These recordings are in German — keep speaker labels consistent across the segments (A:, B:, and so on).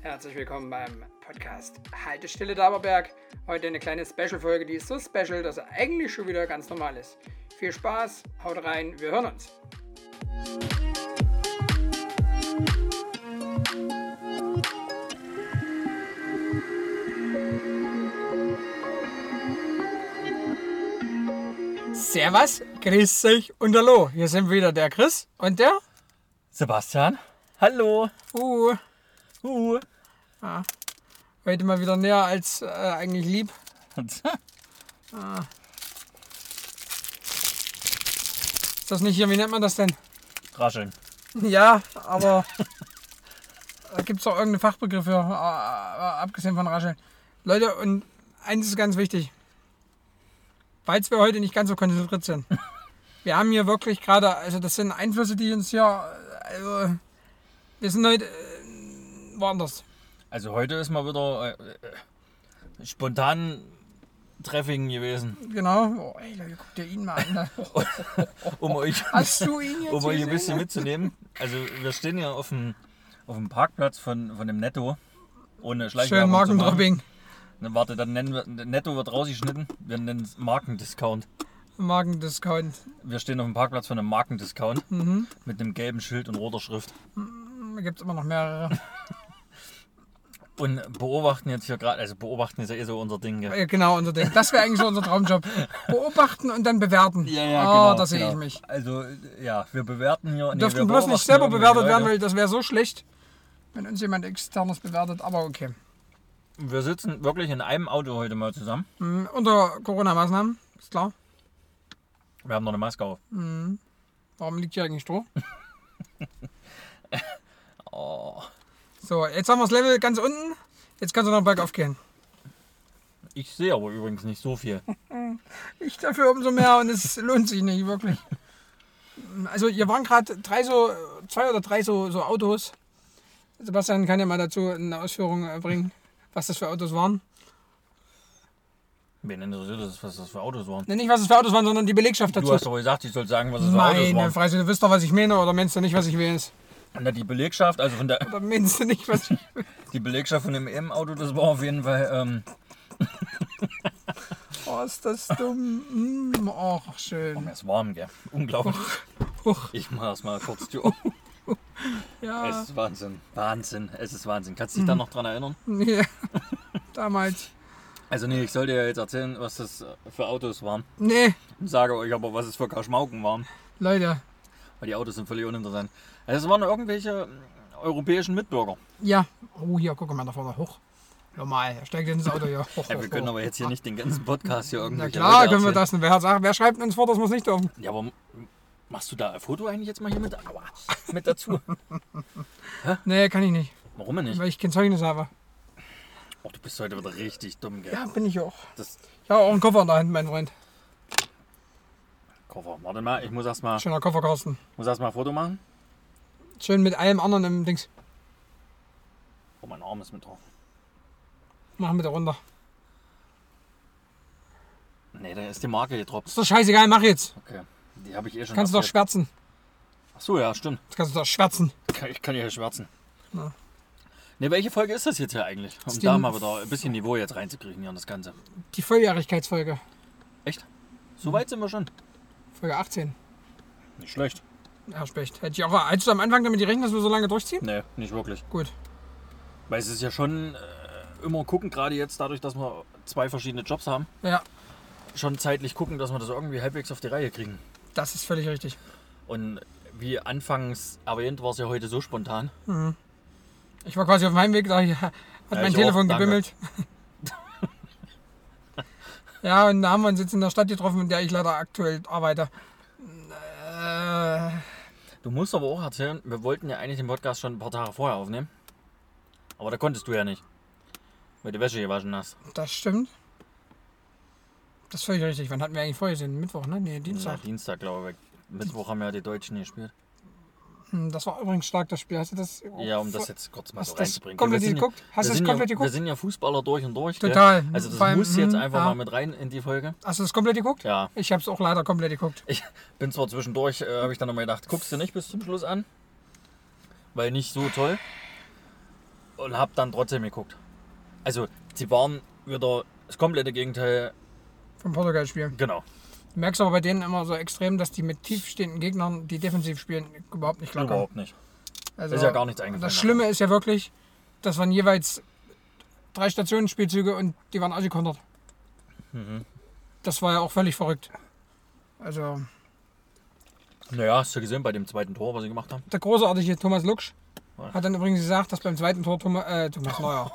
A: herzlich willkommen beim Podcast Haltestelle Daberberg. Heute eine kleine Special-Folge, die ist so special, dass sie eigentlich schon wieder ganz normal ist. Viel Spaß, haut rein, wir hören uns. Servus, grüß euch und hallo. Hier sind wieder der Chris und der
B: Sebastian. Hallo.
A: Uh.
B: Uh.
A: Ja. Heute mal wieder näher als äh, eigentlich lieb. Ist das nicht hier, wie nennt man das denn?
B: Rascheln.
A: Ja, aber da gibt es doch irgendeinen Fachbegriff für, äh, äh, abgesehen von Rascheln. Leute, und eins ist ganz wichtig. Falls wir heute nicht ganz so konzentriert sind. Wir haben hier wirklich gerade, also das sind Einflüsse, die uns hier, äh, also wir sind heute äh, woanders.
B: Also heute ist mal wieder äh, äh, spontan Treffing gewesen,
A: Genau. Oh, ey, Leute, guck dir ihn mal an. ne?
B: um euch,
A: Hast du ihn jetzt
B: um euch ein
A: gesehen?
B: bisschen mitzunehmen. Also wir stehen hier auf dem, auf dem Parkplatz von, von dem Netto. Ohne
A: Schön
B: Schleichwerbung zu machen.
A: Markendropping.
B: Na, Warte, dann nennen wir, Netto wird rausgeschnitten. Wir nennen es Markendiscount.
A: Markendiscount.
B: Wir stehen auf dem Parkplatz von einem Markendiscount mit einem gelben Schild und roter Schrift.
A: Da gibt es immer noch mehrere.
B: Und beobachten jetzt hier gerade, also beobachten ist ja eh so unser Ding. Gell?
A: Äh, genau, unser Ding. Das wäre eigentlich so unser Traumjob. Beobachten und dann bewerten.
B: Ja, ja,
A: Ah,
B: genau.
A: da sehe
B: genau.
A: ich mich.
B: Also, ja, wir bewerten hier. Nee, wir
A: Dürften bloß nicht
B: beobachten
A: selber
B: hier
A: bewertet werden,
B: irgendwelche
A: weil das wäre so schlecht, wenn uns jemand externes bewertet. Aber okay.
B: Leute. Wir sitzen wirklich in einem Auto heute mal zusammen.
A: Mhm, unter Corona-Maßnahmen, ist klar.
B: Wir haben noch eine Maske auf.
A: Warum liegt hier eigentlich Stroh?
B: Oh,
A: So, jetzt haben wir das Level ganz unten. Jetzt kannst du noch bergauf gehen.
B: ich sehe aber übrigens nicht so viel.
A: Ich dafür umso mehr und es lohnt sich nicht, wirklich. Also hier waren gerade drei so, zwei oder drei so, so Autos. Sebastian kann ja mal dazu eine Ausführung äh, bringen, was das für Autos waren.
B: Wen interessiert das, was das für Autos waren?
A: Nee, nicht, was es für Autos waren, sondern die Belegschaft dazu.
B: Du hast doch gesagt, ich soll sagen, was es für Autos
A: Meine
B: waren.
A: Fresse, du wisst doch, was ich meine, oder meinst du nicht, was ich will?
B: Na, die Belegschaft, also von der,
A: Oder meinst du nicht, was ich will?
B: die Belegschaft von dem M-Auto, das war auf jeden Fall. Ähm,
A: Oh, ist das dumm. Mm, Och, schön.
B: es ist warm, gell? Unglaublich.
A: Huch. Ah.
B: Ich mach erst mal kurz die Ohren. Es
A: Ja,
B: ist Wahnsinn. Wahnsinn. Es ist Wahnsinn. Kannst du
A: Hm.
B: dich da noch dran erinnern?
A: nee. damals.
B: Also, nee, ich soll dir jetzt erzählen, was das äh, für Autos waren.
A: Nee,
B: sage euch aber, was es für Kaschmauken waren,
A: Leute.
B: weil die Autos sind völlig uninteressant. Also es waren irgendwelche äh, europäischen Mitbürger.
A: Ja. Oh, hier, guck mal, da vorne hoch. Normal, er steigt in das Auto hier. Hoch,
B: Ja, wir
A: hoch,
B: können
A: hoch.
B: aber jetzt hier nicht den ganzen Podcast hier
A: Na
B: irgendwelche
A: klar,
B: Leute
A: können wir
B: erzählen.
A: das. nicht. Wer, sagt, wer schreibt uns vor, dass wir es nicht dürfen?
B: Ja, aber m- machst du da ein Foto eigentlich jetzt mal hier mit, aua, mit dazu?
A: Nee, kann ich nicht,
B: Warum denn nicht?
A: weil ich kein Zeugnis habe.
B: Oh, du bist heute wieder richtig dumm, gell?
A: Ja, bin ich auch.
B: Das
A: Ich habe auch einen Koffer in der Hand, mein Freund.
B: Koffer. Warte mal, ich muss erstmal
A: Schöner Koffer, Carsten.
B: muss erst mal ein Foto machen.
A: Schön mit allem anderen im Dings.
B: Oh, mein Arm ist mit drauf.
A: Machen wir da runter.
B: Nee, da ist die Marke gedroppt.
A: Ist doch scheißegal, mach jetzt.
B: Okay. Die habe ich eh schon.
A: Kannst du doch
B: abgehört.
A: schwärzen.
B: Ach so, ja, stimmt.
A: Das kannst du doch schwärzen.
B: Kann- Ich kann hier schwärzen.
A: Ja.
B: Ne, welche Folge ist das jetzt hier eigentlich? Um
A: Ist die-
B: da mal wieder ein bisschen Niveau jetzt reinzukriegen hier in das Ganze.
A: Die Volljährigkeitsfolge.
B: Echt? So weit sind wir schon.
A: Folge 18.
B: Hm. Nicht schlecht.
A: Herr Specht. Hätte ich auch. Hättest du am Anfang damit gerechnet, dass wir so lange durchziehen?
B: Ne, nicht wirklich.
A: Gut.
B: Weil es ist ja schon äh, immer gucken, gerade jetzt dadurch, dass wir zwei verschiedene Jobs haben,
A: Ja,
B: schon zeitlich gucken, dass wir das irgendwie halbwegs auf die Reihe kriegen.
A: das ist völlig richtig.
B: Und wie anfangs erwähnt, war es ja heute so spontan.
A: Ich war quasi auf meinem Weg, da hat mein
B: ich
A: Telefon
B: auch, danke.
A: gebimmelt. ja, und da haben wir uns jetzt in der Stadt getroffen, in der ich leider aktuell arbeite. Äh,
B: Du musst aber auch erzählen, wir wollten ja eigentlich den Podcast schon ein paar Tage vorher aufnehmen. Aber da konntest du ja nicht. Weil du Wäsche gewaschen hast.
A: das stimmt. Das ist völlig richtig. Wann hatten wir eigentlich vorgesehen? Mittwoch, ne? Nee,
B: Na,
A: Dienstag.
B: Dienstag, glaube ich. Mittwoch haben ja die Deutschen gespielt.
A: Hm, Das war übrigens stark, das Spiel. Hast du das?
B: Ja, um das jetzt kurz mal
A: Oh, Hast
B: so
A: du das
B: reinzubringen.
A: komplett
B: Wir sind ja-
A: geguckt? Hast
B: wir
A: du das
B: sind
A: komplett
B: ja,
A: geguckt?
B: Wir sind ja Fußballer durch und durch.
A: Total.
B: Gell? Also das
A: Vor allem,
B: muss jetzt
A: mhm,
B: einfach
A: ja.
B: mal mit rein in die Folge.
A: Hast du das komplett geguckt?
B: Ja,
A: Ich hab's auch leider komplett geguckt.
B: ich bin zwar zwischendurch, äh, habe ich dann nochmal gedacht, guckst du nicht bis zum Schluss an, weil nicht so toll. und habe dann trotzdem geguckt. Also, sie waren wieder das komplette Gegenteil.
A: vom Portugal spielen.
B: Genau.
A: Du merkst aber bei denen immer so extrem, dass die mit tiefstehenden Gegnern, die defensiv spielen, überhaupt nicht klarkommen.
B: Überhaupt nicht.
A: Also,
B: ist ja gar nichts eingefallen.
A: Das Schlimme ist ja wirklich, das waren jeweils drei Stationen-Spielzüge und die waren alle gekontert.
B: Mhm.
A: Das war ja auch völlig verrückt. Also
B: Naja, hast du gesehen bei dem zweiten Tor, was sie gemacht haben?
A: der großartige Thomas Luksch
B: Was?
A: hat dann übrigens gesagt, dass beim zweiten Tor Thomas, äh, Thomas Neuer.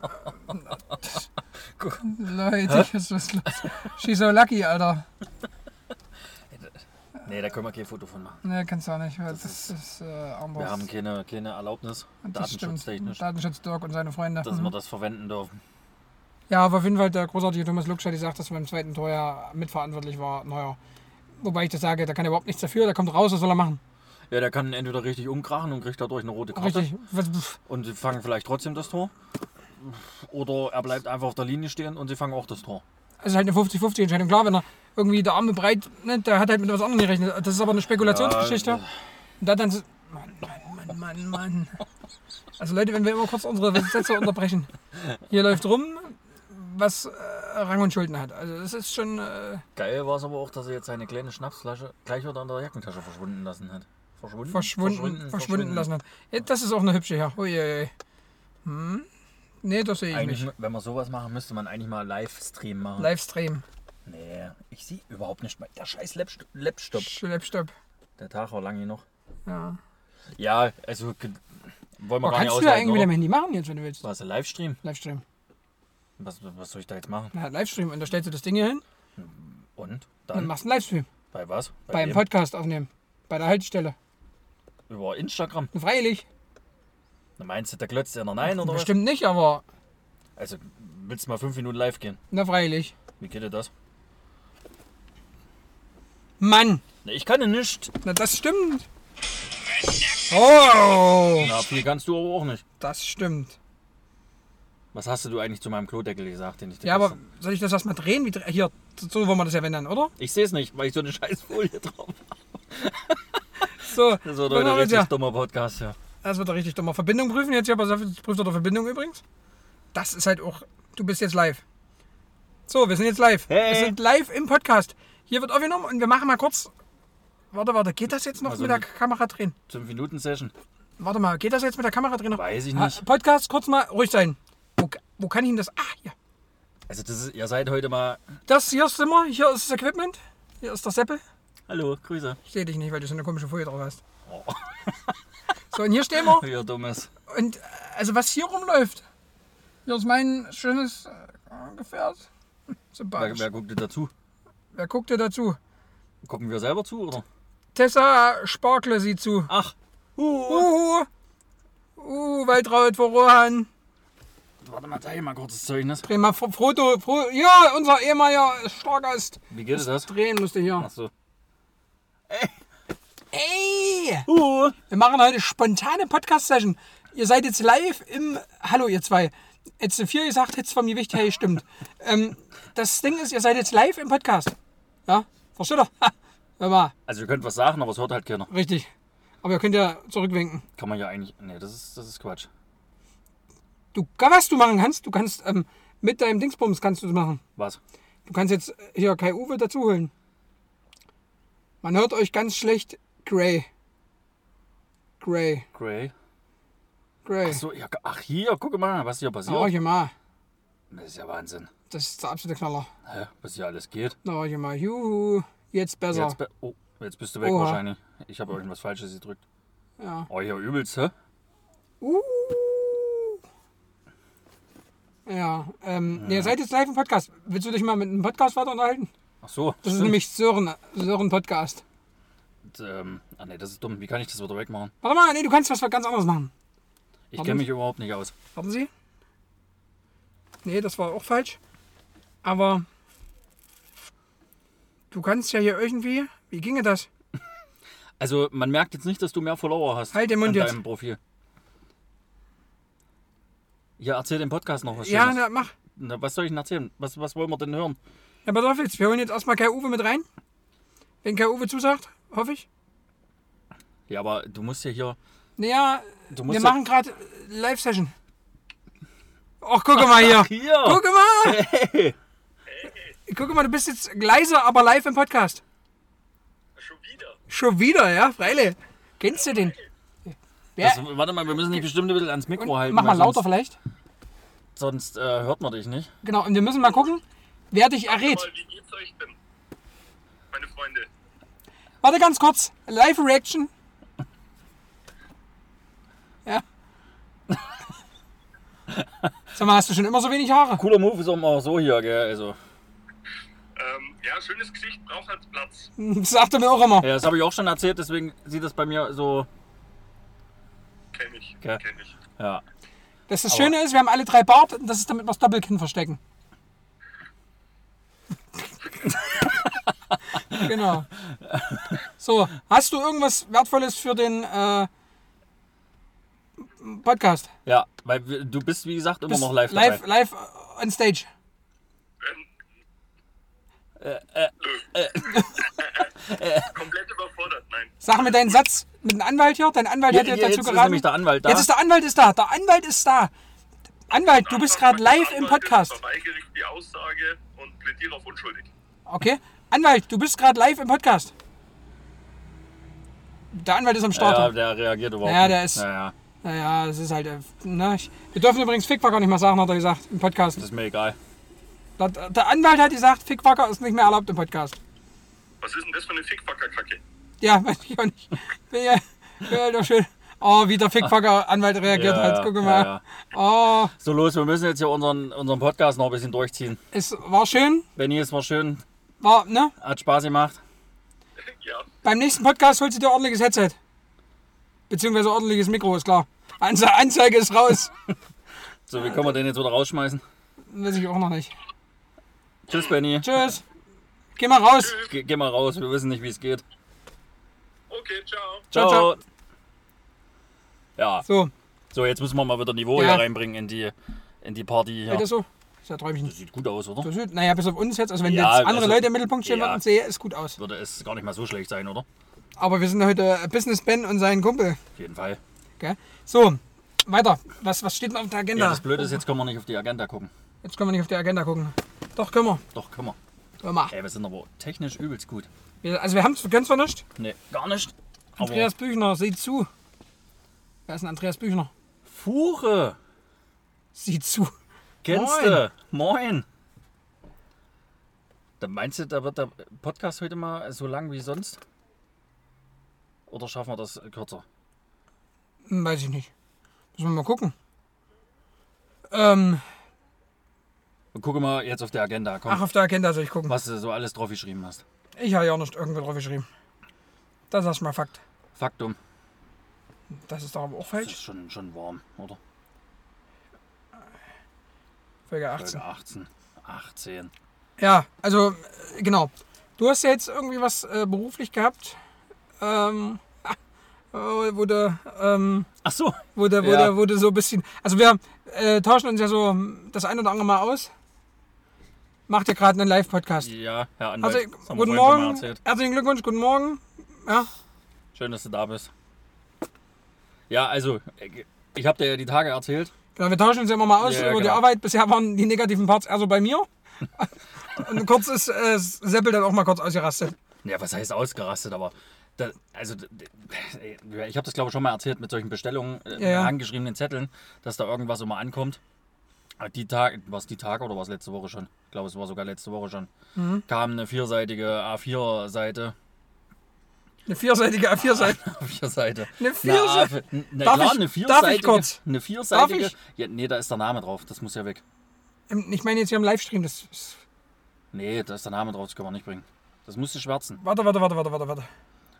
B: Guck.
A: Leute, ist was los? She's so lucky, Alter.
B: Nee, da können wir kein Foto von machen.
A: Ne, kannst du auch nicht. weil Das, ist äh, anders.
B: Wir haben keine, keine Erlaubnis,
A: Das stimmt.
B: datenschutztechnisch,
A: Datenschutz-Doc und seine Freunde.
B: dass wir das verwenden dürfen.
A: Ja, aber auf jeden Fall der großartige Thomas Luxer, die sagt, dass beim zweiten Tor ja mitverantwortlich war, Neuer. Wobei ich das sage, da kann er überhaupt nichts dafür, der kommt raus, was soll er machen?
B: Ja, der kann entweder richtig umkrachen und kriegt dadurch eine rote Karte
A: Richtig. Was, pff,
B: und sie fangen vielleicht trotzdem das Tor. Oder er bleibt einfach auf der Linie stehen und sie fangen auch das Tor.
A: also halt eine 50-50 Entscheidung. Klar, wenn er irgendwie der Arme breit, ne, der hat halt mit was anderem gerechnet. Das ist aber eine Spekulationsgeschichte.
B: Ja,
A: Und da dann so, Mann, Mann, Mann, Mann, Mann. Also Leute, wenn wir immer kurz unsere Sätze unterbrechen. Hier läuft rum, was äh, Rang und Schulden hat. Also das ist schon... Äh,
B: Geil war es aber auch, dass er jetzt seine kleine Schnapsflasche gleich wieder in der Jackentasche verschwunden lassen hat. Verschwunden?
A: verschwunden, verschwunden, lassen hat. Ja, das ist auch eine hübsche, ja. Uiuiui. Hm. Nee, das sehe ich
B: Eigentlich,
A: nicht.
B: wenn man sowas machen, müsste man eigentlich mal Livestream machen.
A: Livestream.
B: nee, ich sehe überhaupt nicht mal. Der scheiß Lapst- Laptop.
A: Schleppstopp.
B: Der Tag war lang genug.
A: Ja.
B: Ja, also ge- wollen wir
A: Boah,
B: gar nicht
A: kannst du ja
B: ausleiten,
A: irgendwie mit dem
B: oder?
A: Handy machen jetzt, wenn du willst.
B: Was, ein Livestream?
A: Livestream.
B: Was, was soll ich da jetzt machen?
A: Na, Livestream. Und da stellst du das Ding hier hin
B: Und?
A: und
B: Dann?
A: machst einen Livestream.
B: Bei was? Hm. Bei
A: Beim
B: wem?
A: Podcast aufnehmen. Bei der Haltestelle.
B: Über Instagram?
A: Und freilich.
B: Na, meinst du, da glotzt einer nein oder was?
A: Bestimmt nicht, aber
B: Also, willst du mal fünf Minuten live gehen?
A: na freilich.
B: Wie geht dir das?
A: Mann,
B: Na, ich kann ja nicht.
A: na das stimmt. Oh,
B: Na, viel kannst du aber auch nicht.
A: das stimmt.
B: Was hast du eigentlich zu meinem Klodeckel gesagt, den ich dir
A: Ja, aber
B: gestern-
A: soll ich das erstmal drehen? Wie, dre- hier, so wollen wir das ja wenn dann, oder?
B: Ich sehe es nicht, weil ich so eine scheiß Folie drauf habe.
A: So, dann
B: Das wird heute ein
A: haben wir's
B: richtig
A: ja.
B: dummer Podcast, ja.
A: Das wird doch richtig dummer. Verbindung prüfen jetzt hier, pass auf, jetzt prüft er doch Verbindung übrigens. Das ist halt auch, du bist jetzt live. So, wir sind jetzt live.
B: Hey.
A: Wir sind live im Podcast. Hier wird aufgenommen und wir machen mal kurz. Warte, warte, geht das jetzt noch
B: Also
A: mit der
B: nicht.
A: Kamera drehen?
B: Fünf Minuten Session.
A: Warte mal, geht das jetzt mit der Kamera drehen noch?
B: Weiß ich
A: Ah,
B: nicht.
A: Podcast, kurz mal ruhig sein. Wo, wo kann ich denn das? Ah, hier.
B: Also, das ist, ihr seid heute mal.
A: Das hier ist Zimmer, hier ist das Equipment, hier ist der Seppel.
B: Hallo, Grüße.
A: Ich sehe dich nicht, weil du so eine komische Folie drauf hast.
B: Oh.
A: So, und hier stehen wir.
B: Ihr dummes.
A: Und äh, also was hier rumläuft. Hier ist mein schönes äh, Gefährt.
B: Wer,
A: Sympathisch.
B: wer
A: Wer,
B: guckt dir dazu?
A: guckt dir dazu?
B: Gucken wir selber zu, oder?
A: Tessa Sparkle sieht zu.
B: Ach. Uh.
A: Uhu. Uh, Waldraut vor Rohan.
B: Warte mal, zeig mal kurzes Zeugnis.
A: Dreh mal Fro- Frodo. Fro ja, unser ehemaliger Stargast.
B: Wie geht es das?
A: Drehen musste hier.
B: Achso.
A: Ey!
B: Uh.
A: Wir machen heute spontane Podcast-Session. Ihr seid jetzt live im. Hallo, ihr zwei. äh, Hättest du viel gesagt, hättest du von mir wichtig, hey, stimmt. ähm, das Ding ist, ihr seid jetzt live im Podcast. Ja? Versteht ihr? Ha, Hör mal,
B: Also, ihr könnt was sagen, aber es hört halt keiner.
A: richtig. Aber ihr könnt ja zurückwinken.
B: Kann man ja eigentlich. Nee, das ist, das ist Quatsch.
A: Du, was du machen kannst, du kannst ähm, mit deinem Dingsbums kannst du das machen.
B: Was?
A: Du kannst jetzt äh, hier Kai Uwe dazuholen. Man hört euch ganz schlecht. Gray. Gray.
B: Gray.
A: Gray.
B: So, ja, ach hier, guck mal, was hier passiert.
A: Na, hör mal.
B: Das ist ja Wahnsinn.
A: Das ist der absolute Knaller.
B: Hä? Was hier alles geht.
A: Na, hör mal. Juhu. Jetzt besser.
B: Jetzt, be- oh, jetzt bist du weg
A: Oha.
B: wahrscheinlich. Ich habe irgendwas Falsches gedrückt.
A: Ja.
B: Oh, hier übelst, hä?
A: Uh. Ja, ähm, ihr seid jetzt live im Podcast. Willst du dich mal mit einem Podcast weiter unterhalten?
B: Ach so.
A: Das ist
B: stimmt.
A: nämlich Sören, Sören Podcast.
B: Und, ähm, ah nee, das ist dumm. Wie kann ich das wieder wegmachen?
A: Warte mal, nee, du kannst was ganz anderes machen.
B: Ich
A: Warum?
B: kenne mich überhaupt nicht aus.
A: Warten Sie. Nee, das war auch falsch. Aber du kannst ja hier irgendwie, wie ginge das?
B: Also, man merkt jetzt nicht, dass du mehr Follower hast.
A: Halt den Mund
B: an
A: jetzt.
B: deinem Profil. Ja, erzähl dem Podcast noch was
A: Ja,
B: Schönes.
A: na, mach.
B: Na, was soll ich denn erzählen? Was, was wollen wir denn hören?
A: Ja, pass auf jetzt. Wir holen jetzt erstmal Kai Uwe mit rein. Wenn Kai Uwe zusagt, hoffe ich.
B: Ja, aber du musst ja hier.
A: Naja,
B: Du musst
A: wir
B: ja-
A: machen gerade Live-Session. Och, guck mal hier.
B: Hier!
A: Guck mal. Äh,
B: Hey.
A: Guck mal, du bist jetzt leiser, aber live im Podcast.
C: Schon wieder.
A: Schon wieder, ja, Freile. Kennst du den? Ja.
B: Das, Also, warte mal, wir müssen dich bestimmt ein bisschen ans Mikro halten.
A: Mach mal
B: weil
A: lauter
B: sonst,
A: vielleicht.
B: Sonst äh, hört man dich nicht.
A: Genau, und wir müssen mal gucken, wer dich errät.
C: Mal, wie geht's euch denn? Meine Freunde.
A: Warte ganz kurz. Live-Reaction. Ja. Sag mal, hast du schon immer so wenig Haare?
B: Cooler Move ist auch so hier, gell? Also,
C: Ähm, ja, schönes Gesicht braucht halt Platz.
A: Das sagt er mir auch immer.
B: ja, das habe ich auch schon erzählt, deswegen sieht das bei mir so.
C: Kenn ich.
B: Ja.
C: Kenn ich.
B: Ja.
A: Das, das Schöne ist, wir haben alle drei Bart und das ist damit wir das Doppelkinn verstecken. genau. So, hast du irgendwas Wertvolles für den äh, Podcast?
B: Ja, weil wir- du bist, wie gesagt, immer
A: Bist
B: noch live,
A: live,
B: dabei.
A: live on stage.
C: Ähm,
A: Äh,
C: Nö. Komplett überfordert, nein.
A: Sag mir deinen Satz mit dem Anwalt hier. Dein Anwalt hat dir
B: jetzt
A: dazu
B: ist
A: geraten.
B: nämlich der Anwalt da.
A: Jetzt ist der Anwalt ist da. Der Anwalt ist da. Anwalt, du bist gerade live im Podcast.
C: Verweigere die Aussage und plädiere auf unschuldig.
A: Okay? Anwalt, du bist gerade live im Podcast. Der Anwalt ist am Start.
B: ja, der reagiert überhaupt
A: Ja, der
B: nicht.
A: ist-
B: Naja,
A: Naja, es ist halt. äh, Ne? Ich, wir dürfen übrigens Fickwacker nicht mehr sagen, hat er gesagt im Podcast.
B: ist mir egal.
A: Der, der Anwalt hat gesagt, Fickwacker ist nicht mehr erlaubt im Podcast.
C: Was ist denn das für eine Fickfackerkacke?
A: Ja, weiß ich auch nicht. Bin ja, ja, doch schön. Oh, wie der Fickwacker-Anwalt reagiert
B: Ja,
A: hat.
B: ja,
A: Guck
B: ja,
A: mal.
B: ja.
A: Oh,
B: So los, wir müssen jetzt hier unseren, unseren Podcast noch ein bisschen durchziehen.
A: es war schön.
B: Benny, es war schön,
A: War, ne?
B: hat Spaß gemacht.
C: Ja,
A: Beim nächsten Podcast holst du dir ordentliches Headset. Beziehungsweise ordentliches Mikro, ist klar. Anze Anzeige ist raus.
B: So, wie können wir den jetzt wieder rausschmeißen?
A: Weiß ich auch noch nicht.
B: Tschüss, Benny.
A: Tschüss. Geh mal raus.
B: Ge geh mal raus, wir wissen nicht, wie es geht.
C: okay, ciao.
A: Ciao,
B: Ciao.
A: ciao.
B: Ja,
A: So,
B: so jetzt müssen wir mal wieder Niveau
A: Ja.
B: hier reinbringen in die, in die Party hier.
A: ja. das
B: Das
A: so. Ist ja Träumchen.
B: sieht gut aus, oder?
A: Das sieht, naja, bis auf uns jetzt. Also wenn
B: Ja,
A: jetzt andere
B: also-
A: Leute im Mittelpunkt stehen
B: ja.
A: würden, sehe es gut aus.
B: Würde es gar nicht mal so schlecht sein, oder?
A: Aber wir sind heute Business Ben und sein Kumpel.
B: Auf jeden Fall.
A: Gell? So, weiter. Was, was steht denn auf der Agenda?
B: Ja, das Blöde ist, jetzt können wir nicht auf die Agenda gucken.
A: jetzt können wir nicht auf die Agenda gucken. Doch, können wir.
B: Doch, können wir.
A: Können wir.
B: Ey, wir sind aber technisch übelst gut.
A: wir. Also wir haben es, wir können es nicht.
B: Nee, gar nicht. Aber
A: Andreas Büchner, sieh zu. Wer ist denn Andreas Büchner?
B: Fuhre,
A: Sieh zu.
B: kennst
A: Moin.
B: du? Moin. Da meinst du, da wird der Podcast heute mal so lang wie sonst? Oder schaffen wir das kürzer?
A: Hm, Weiß ich nicht. Müssen wir mal gucken. Ähm,
B: Gucken wir jetzt auf die Agenda. Komm,
A: ach, auf der Agenda soll ich gucken.
B: was du so alles drauf geschrieben hast.
A: Ich habe ja auch nicht irgendwo drauf geschrieben. Das ist erstmal Fakt.
B: Faktum.
A: Das ist doch aber auch
B: Das
A: falsch.
B: ist schon, schon warm, oder?
A: Folge 18.
B: Folge 18. 18.
A: Ja, also äh, genau. Du hast ja jetzt irgendwie was äh, beruflich gehabt, ähm, äh, wo du, ähm,
B: Ach so.
A: wo du, wo
B: Ja.
A: du, wo du so ein bisschen. Also wir äh, tauschen uns ja so das ein oder andere Mal aus. Macht ja gerade einen Live-Podcast.
B: Ja, Herr Anwalt.
A: Also
B: das haben wir
A: guten
B: vorhin schon mal
A: Morgen,
B: erzählt.
A: herzlichen Glückwunsch, guten Morgen. Ja,
B: Schön, dass du da bist. Ja, also, ich habe dir ja die Tage erzählt.
A: genau, wir tauschen uns ja immer mal aus
B: Ja,
A: über die
B: genau.
A: Arbeit. Bisher waren die negativen Parts eher so bei mir. Und kurz ist äh, Seppel dann auch mal kurz ausgerastet.
B: Ja, was heißt ausgerastet, aber da, also d- d- äh, ich habe das glaube ich schon mal erzählt mit solchen Bestellungen, äh,
A: Ja, ja.
B: angeschriebenen Zetteln, dass da irgendwas immer ankommt. Aber Die Tag, war es die Tage oder war es letzte Woche schon? Ich glaube, es war sogar letzte Woche schon.
A: Mhm.
B: Kam eine vierseitige A4-Seite.
A: Eine vierseitige äh, A4-Seite.
B: A4-Seite.
A: Eine Vierse-
B: Eine A4 na
A: Darf
B: ne, klar,
A: ich-
B: eine
A: darf ich
B: vierseitige.
A: kurz?
B: Eine vierseitige.
A: Darf ich?
B: Ja, nee, da ist der Name drauf. Das muss ja weg.
A: Ähm, Ich meine jetzt hier im Livestream, das ist
B: Nee, da ist der Name drauf. Das können wir nicht bringen. Das musst du schwärzen.
A: Warte, warte, warte, warte, warte, warte.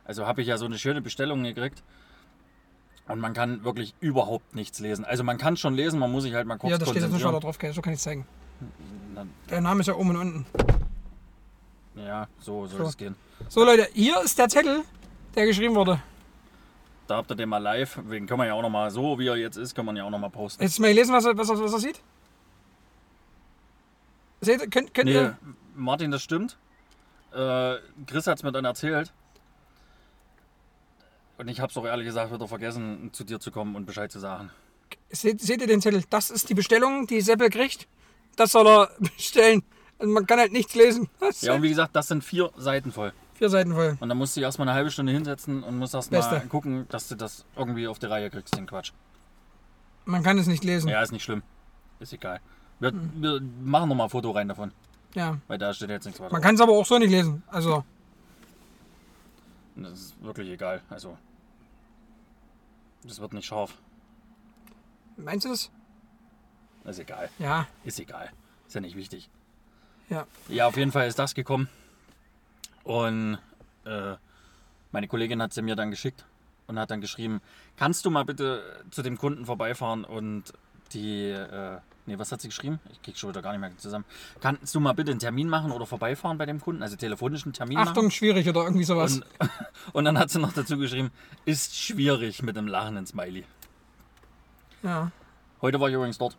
B: Also habe ich ja so eine schöne Bestellung gekriegt. Und man kann wirklich überhaupt nichts lesen. Also man kann schon lesen, man muss sich halt mal kurz
A: ja, da steht jetzt nicht weiter
B: konzentrieren.
A: drauf, gell? so kann ich zeigen.
B: Na,
A: Der Name ist ja oben und unten.
B: Ja, so soll
A: So.
B: es gehen.
A: So Leute, hier ist der Zettel, der geschrieben wurde.
B: Da habt ihr den mal live. Den kann man ja auch nochmal, so wie er jetzt ist, kann man ja auch nochmal posten.
A: Jetzt mal gelesen, was er, was er, was er sieht. Seht, ihr, könnt, könnt
B: Nee,
A: ihr,
B: Martin, das stimmt. Äh, Chris hat es mir dann erzählt. Und ich habe es auch ehrlich gesagt wieder vergessen, zu dir zu kommen und Bescheid zu sagen.
A: Seht, seht ihr den Zettel? Das ist die Bestellung, die Seppel kriegt. Das soll er bestellen. Also man kann halt nichts lesen. Das
B: Ja, und
A: sind
B: wie gesagt, das sind vier Seiten voll.
A: vier Seiten voll.
B: Und dann musst du dich erstmal eine halbe Stunde hinsetzen und musst erstmal
A: Beste.
B: gucken, dass du das irgendwie auf die Reihe kriegst, den Quatsch.
A: Man kann es nicht lesen. Ja.
B: Ja, ist nicht schlimm. Ist egal. Wir, wir machen nochmal ein Foto rein davon, weil da steht jetzt nichts weiter.
A: Man kann es aber auch so nicht lesen. Also,
B: Das ist wirklich egal. Also, das wird nicht scharf.
A: meinst du das?
B: Ist egal.
A: Ja.
B: Ist egal. Ist ja nicht wichtig.
A: Ja.
B: Ja, auf jeden Fall ist das gekommen. Und äh, meine Kollegin hat sie mir dann geschickt und hat dann geschrieben, kannst du mal bitte zu dem Kunden vorbeifahren und die, äh, nee, was hat sie geschrieben? Ich krieg schon wieder gar nicht mehr zusammen. Kannst du mal bitte einen Termin machen oder vorbeifahren bei dem Kunden? Also telefonischen Termin
A: Achtung, schwierig oder irgendwie sowas.
B: machen. Und, und dann hat sie noch dazu geschrieben, ist schwierig mit einem lachenden Smiley.
A: ja.
B: Heute war ich übrigens dort.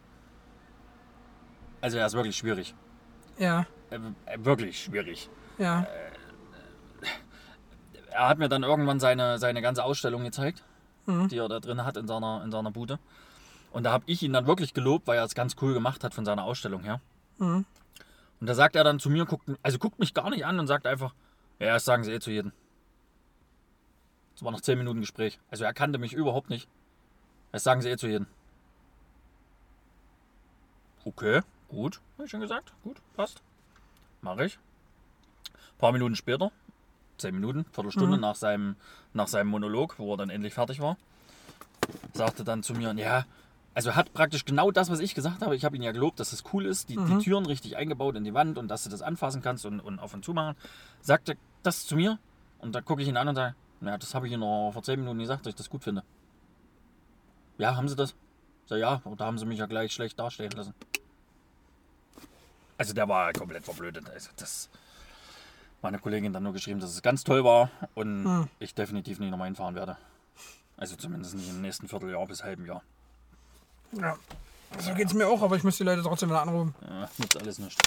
B: Also er ist wirklich schwierig.
A: Ja.
B: Äh, äh, Wirklich schwierig.
A: Ja.
B: er hat mir dann irgendwann seine, seine ganze Ausstellung gezeigt,
A: Mhm.
B: die er da drin hat in seiner, in seiner Bude. Und da habe ich ihn dann wirklich gelobt, weil er es ganz cool gemacht hat von seiner Ausstellung her.
A: Mhm.
B: Und da sagt er dann zu mir, guckt, also guckt mich gar nicht an und sagt einfach, ja, das sagen sie eh zu jedem. Das war noch 10 Minuten Gespräch. Also er kannte mich überhaupt nicht. Das sagen sie eh zu jedem. Okay, gut, habe ich schon gesagt. Gut, passt. Mache ich. Ein paar Minuten später, 10 Minuten, Viertelstunde nach, seinem, nach seinem Monolog, wo er dann endlich fertig war, sagte dann zu mir, ja, also hat praktisch genau das, was ich gesagt habe. Ich habe ihn ja gelobt, dass es cool ist, die, die Türen richtig eingebaut in die Wand und dass du das anfassen kannst und, und auf und zu machen. Sagte das zu mir und da gucke ich ihn an und sage, ja, das habe ich Ihnen noch vor 10 Minuten gesagt, dass ich das gut finde. Ja, haben Sie das? So, ja, und da haben Sie mich ja gleich schlecht dastehen lassen. Also der war komplett verblödet. Also das meine Kollegin dann nur geschrieben, dass es ganz toll war und
A: Hm.
B: ich definitiv nicht nochmal hinfahren werde. Also zumindest nicht im nächsten Vierteljahr bis halben Jahr.
A: ja. So geht es mir auch, aber ich muss die Leute trotzdem wieder anrufen.
B: Ja, nützt alles nicht.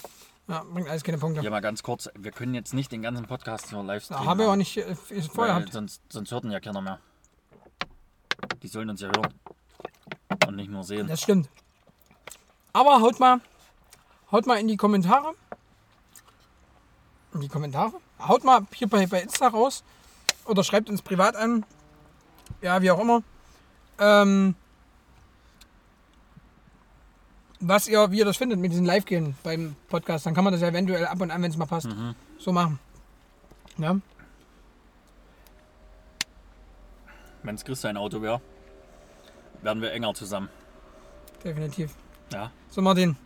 A: Ja, bringt alles keine Punkte.
B: Ja, mal ganz kurz, wir können jetzt nicht den ganzen Podcast hier live
A: Da
B: streamen.
A: habe ich auch nicht äh, ist vorher
B: weil
A: gehabt.
B: sonst, sonst hört ihn ja keiner mehr. Die sollen uns ja hören. Und nicht nur sehen.
A: Das stimmt. Aber haut mal, haut mal in die Kommentare. In die Kommentare. Haut mal hier bei, bei Insta raus. Oder schreibt uns privat an. Ja, wie auch immer. Ähm, was ihr, wie ihr das findet mit diesen Live-Gehen beim Podcast. Dann kann man das ja eventuell ab und an, wenn es mal passt, so machen. Ja,
B: Wenn's Chris sein Auto wäre, werden wir enger zusammen.
A: definitiv.
B: Ja.
A: So, Martin.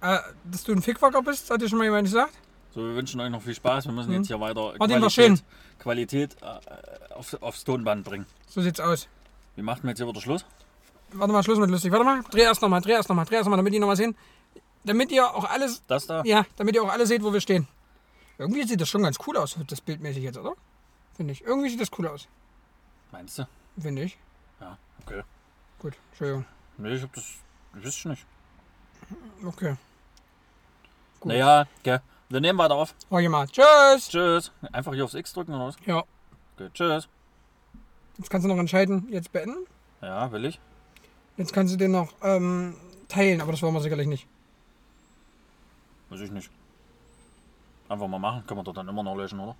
A: Äh, dass du ein Fickwacker bist, hat dir schon mal jemand gesagt?
B: So, wir wünschen euch noch viel Spaß. Wir
A: Hm.
B: müssen jetzt hier weiter
A: Martin, war
B: Qualität, Qualität äh, auf, aufs Tonband bringen.
A: So sieht's aus.
B: Wie macht denn jetzt hier wieder Schluss?
A: Warte mal, Schluss mit lustig. Warte mal, dreh erst nochmal, dreh erst nochmal, dreh erst nochmal, damit die nochmal sehen. Damit ihr auch alles,
B: Das da?
A: ja, damit ihr auch alle seht, wo wir stehen. Irgendwie sieht das schon ganz cool aus, das bildmäßig jetzt, oder? Finde ich. Irgendwie sieht das cool aus.
B: Meinst du?
A: Finde ich.
B: Ja, okay.
A: Gut, Entschuldigung.
B: Nee, ich hab das. Ich wüsste schon nicht.
A: Okay. Gut.
B: Naja, gell. Wir nehmen weiter auf.
A: Hau hier mal. Tschüss!
B: Tschüss. Einfach hier aufs X drücken oder was?
A: Ja,
B: Okay, tschüss.
A: jetzt kannst du noch entscheiden, jetzt beenden.
B: Ja, will ich.
A: Jetzt kannst du den noch ähm, teilen, aber das wollen wir sicherlich nicht.
B: Weiß ich nicht. Einfach mal machen. Kann man doch dann immer noch löschen, oder?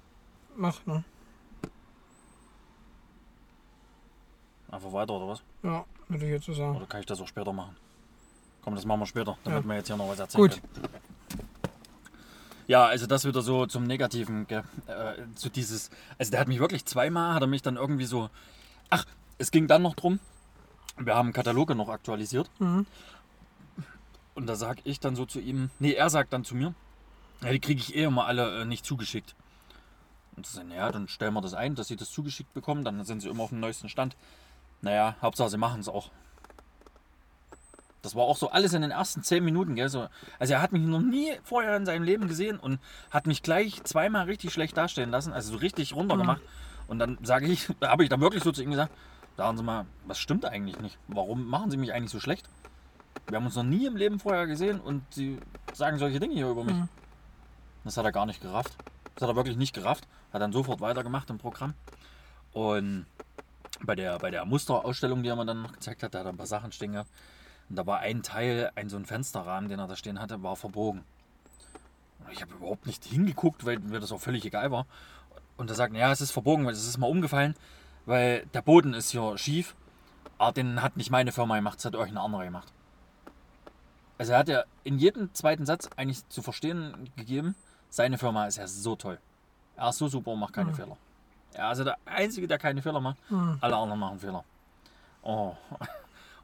A: Mach, ne?
B: Einfach weiter oder was?
A: Ja, würde ich jetzt so sagen.
B: Oder kann ich das auch später machen? Komm, das machen wir später, damit wir jetzt hier noch was erzählen.
A: Gut.
B: können. Ja, also das wieder so zum Negativen, gell? Äh, zu dieses, also der hat mich wirklich zweimal, hat er mich dann irgendwie so, ach, es ging dann noch drum, wir haben Kataloge noch aktualisiert und da sag ich dann so zu ihm, nee, er sagt dann zu mir, ja, die kriege ich eh immer alle äh, nicht zugeschickt. Und so, naja, dann stellen wir das ein, dass sie das zugeschickt bekommen, dann sind sie immer auf dem neuesten Stand. Naja, Hauptsache sie machen es auch. Das war auch so alles in den ersten zehn Minuten, gell? So, also er hat mich noch nie vorher in seinem Leben gesehen und hat mich gleich zweimal richtig schlecht dastehen lassen, also so richtig runtergemacht. Und dann sage ich, da habe ich dann wirklich so zu ihm gesagt, sagen Sie mal, was stimmt eigentlich nicht? Warum machen Sie mich eigentlich so schlecht? Wir haben uns noch nie im Leben vorher gesehen und Sie sagen solche Dinge hier über mich. Das hat er gar nicht gerafft. Das hat er wirklich nicht gerafft. Hat dann sofort weitergemacht im Programm. Und bei der, bei der Musterausstellung, die er mir dann noch gezeigt hat, da hat er ein paar Sachen stehen gehabt. Und da war ein Teil, ein so ein Fensterrahmen, den er da stehen hatte, war verbogen. Und ich habe überhaupt nicht hingeguckt, weil mir das auch völlig egal war. Und er sagt, ja, es ist verbogen, weil es ist mal umgefallen, weil der Boden ist hier schief. Aber den hat nicht meine Firma gemacht, das hat euch eine andere gemacht. Also er hat ja in jedem zweiten Satz eigentlich zu verstehen gegeben, seine Firma ist ja so toll. Er ist so super und macht keine Fehler. Er ist also der Einzige, der keine Fehler macht. Alle anderen machen Fehler. Oh.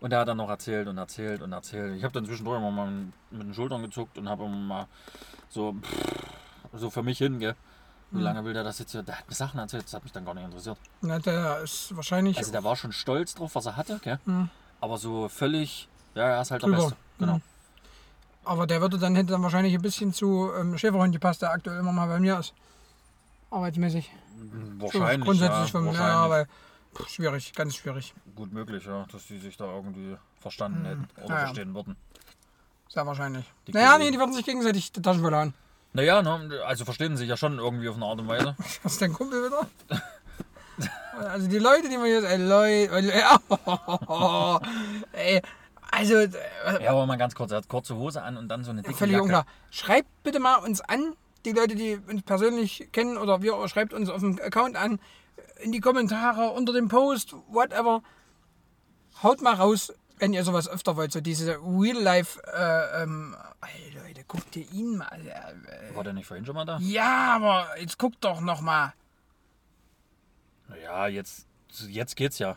B: Und er hat dann noch erzählt und erzählt und erzählt. Ich habe dann zwischendurch immer mal mit den Schultern gezuckt und habe immer mal so, pff, so für mich hin, gell?
A: Hm.
B: Wie lange will der das jetzt hier? Der hat mir Sachen erzählt, das hat mich dann gar nicht interessiert.
A: Na, der ist wahrscheinlich.
B: Also der war schon stolz drauf, was er hatte, gell? Aber so völlig, ja, er ist halt der
A: Hm. Drüber. Hm.
B: Beste. Genau.
A: aber der würde dann hätte dann wahrscheinlich ein bisschen zu ähm, Schäferhund gepasst, der aktuell immer mal bei mir ist. Arbeitsmäßig. So
B: Hm, Wahrscheinlich.
A: grundsätzlich
B: ja,
A: von mir, ja,
B: wahrscheinlich.
A: weil pff, schwierig, ganz schwierig.
B: Gut möglich, ja, dass die sich da irgendwie verstanden hätten oder
A: Hm. ja.
B: verstehen würden.
A: Sehr wahrscheinlich.
B: Die
A: naja,
B: Kollegen.
A: nee, die würden sich gegenseitig die Taschen voll hauen.
B: Naja, ne, also verstehen sich ja schon irgendwie auf eine Art und Weise.
A: Was ist dein Kumpel wieder? also die Leute, die man jetzt. Ey, Leute. Ja, ey, also. äh,
B: Ja, aber mal ganz kurz, er hat kurze Hose an und dann so eine dicke
A: Völlig
B: Jacke.
A: unklar. Schreibt bitte mal uns an, die Leute, die uns persönlich kennen oder wir, schreibt uns auf dem Account an, in die Kommentare, unter dem Post, whatever. Haut mal raus, wenn ihr sowas öfter wollt, so diese Real-Life, äh, ähm, ey Leute, guckt ihr ihn mal. Äh, äh,
B: War der nicht vorhin schon mal da?
A: ja, aber jetzt guckt doch noch mal.
B: Ja, jetzt, jetzt geht's ja.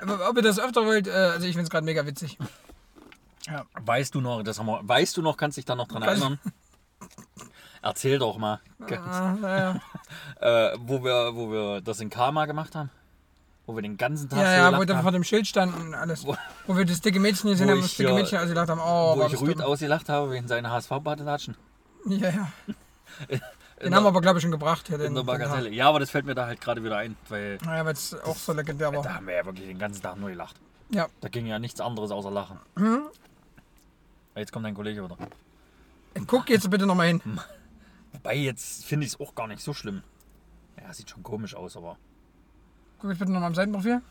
A: Aber Ob ihr das öfter wollt, äh, also ich find's gerade mega witzig. Ja.
B: Weißt du noch, das haben wir, weißt du noch, kannst dich da noch dran
A: Weiß-
B: erinnern? Erzähl doch mal,
A: Ah, naja.
B: äh, wo, wir, wo wir das in Karma gemacht haben. Wo wir den ganzen Tag
A: Ja,
B: so
A: ja, wo
B: gelacht
A: wir
B: haben.
A: vor dem Schild standen und alles.
B: Wo-
A: Wo, wir das dicke Mädchen gesehen
B: Wo
A: haben,
B: ich
A: und das dicke
B: hier-
A: Mädchen, als sie gedacht haben, oh,
B: wo
A: war das
B: ich Rüd
A: dumm.
B: ausgelacht habe wegen seiner HSV-Badelatschen.
A: Ja, ja. Den
B: der-
A: haben wir aber, glaube ich, schon gebracht. Ja, den,
B: In der Bagatelle. Ja, aber das fällt mir da halt gerade wieder ein, weil
A: Den, naja, weil es auch so legendär
B: da
A: war.
B: haben wir ja wirklich den ganzen Tag nur gelacht.
A: Ja,
B: Da ging ja nichts anderes außer Lachen.
A: Mhm.
B: Jetzt kommt dein Kollege wieder.
A: guck jetzt bitte nochmal hin.
B: Wobei, jetzt finde ich es auch gar nicht so schlimm. Ja, sieht schon komisch aus, aber.
A: Guck jetzt bitte nochmal am Seitenprofil.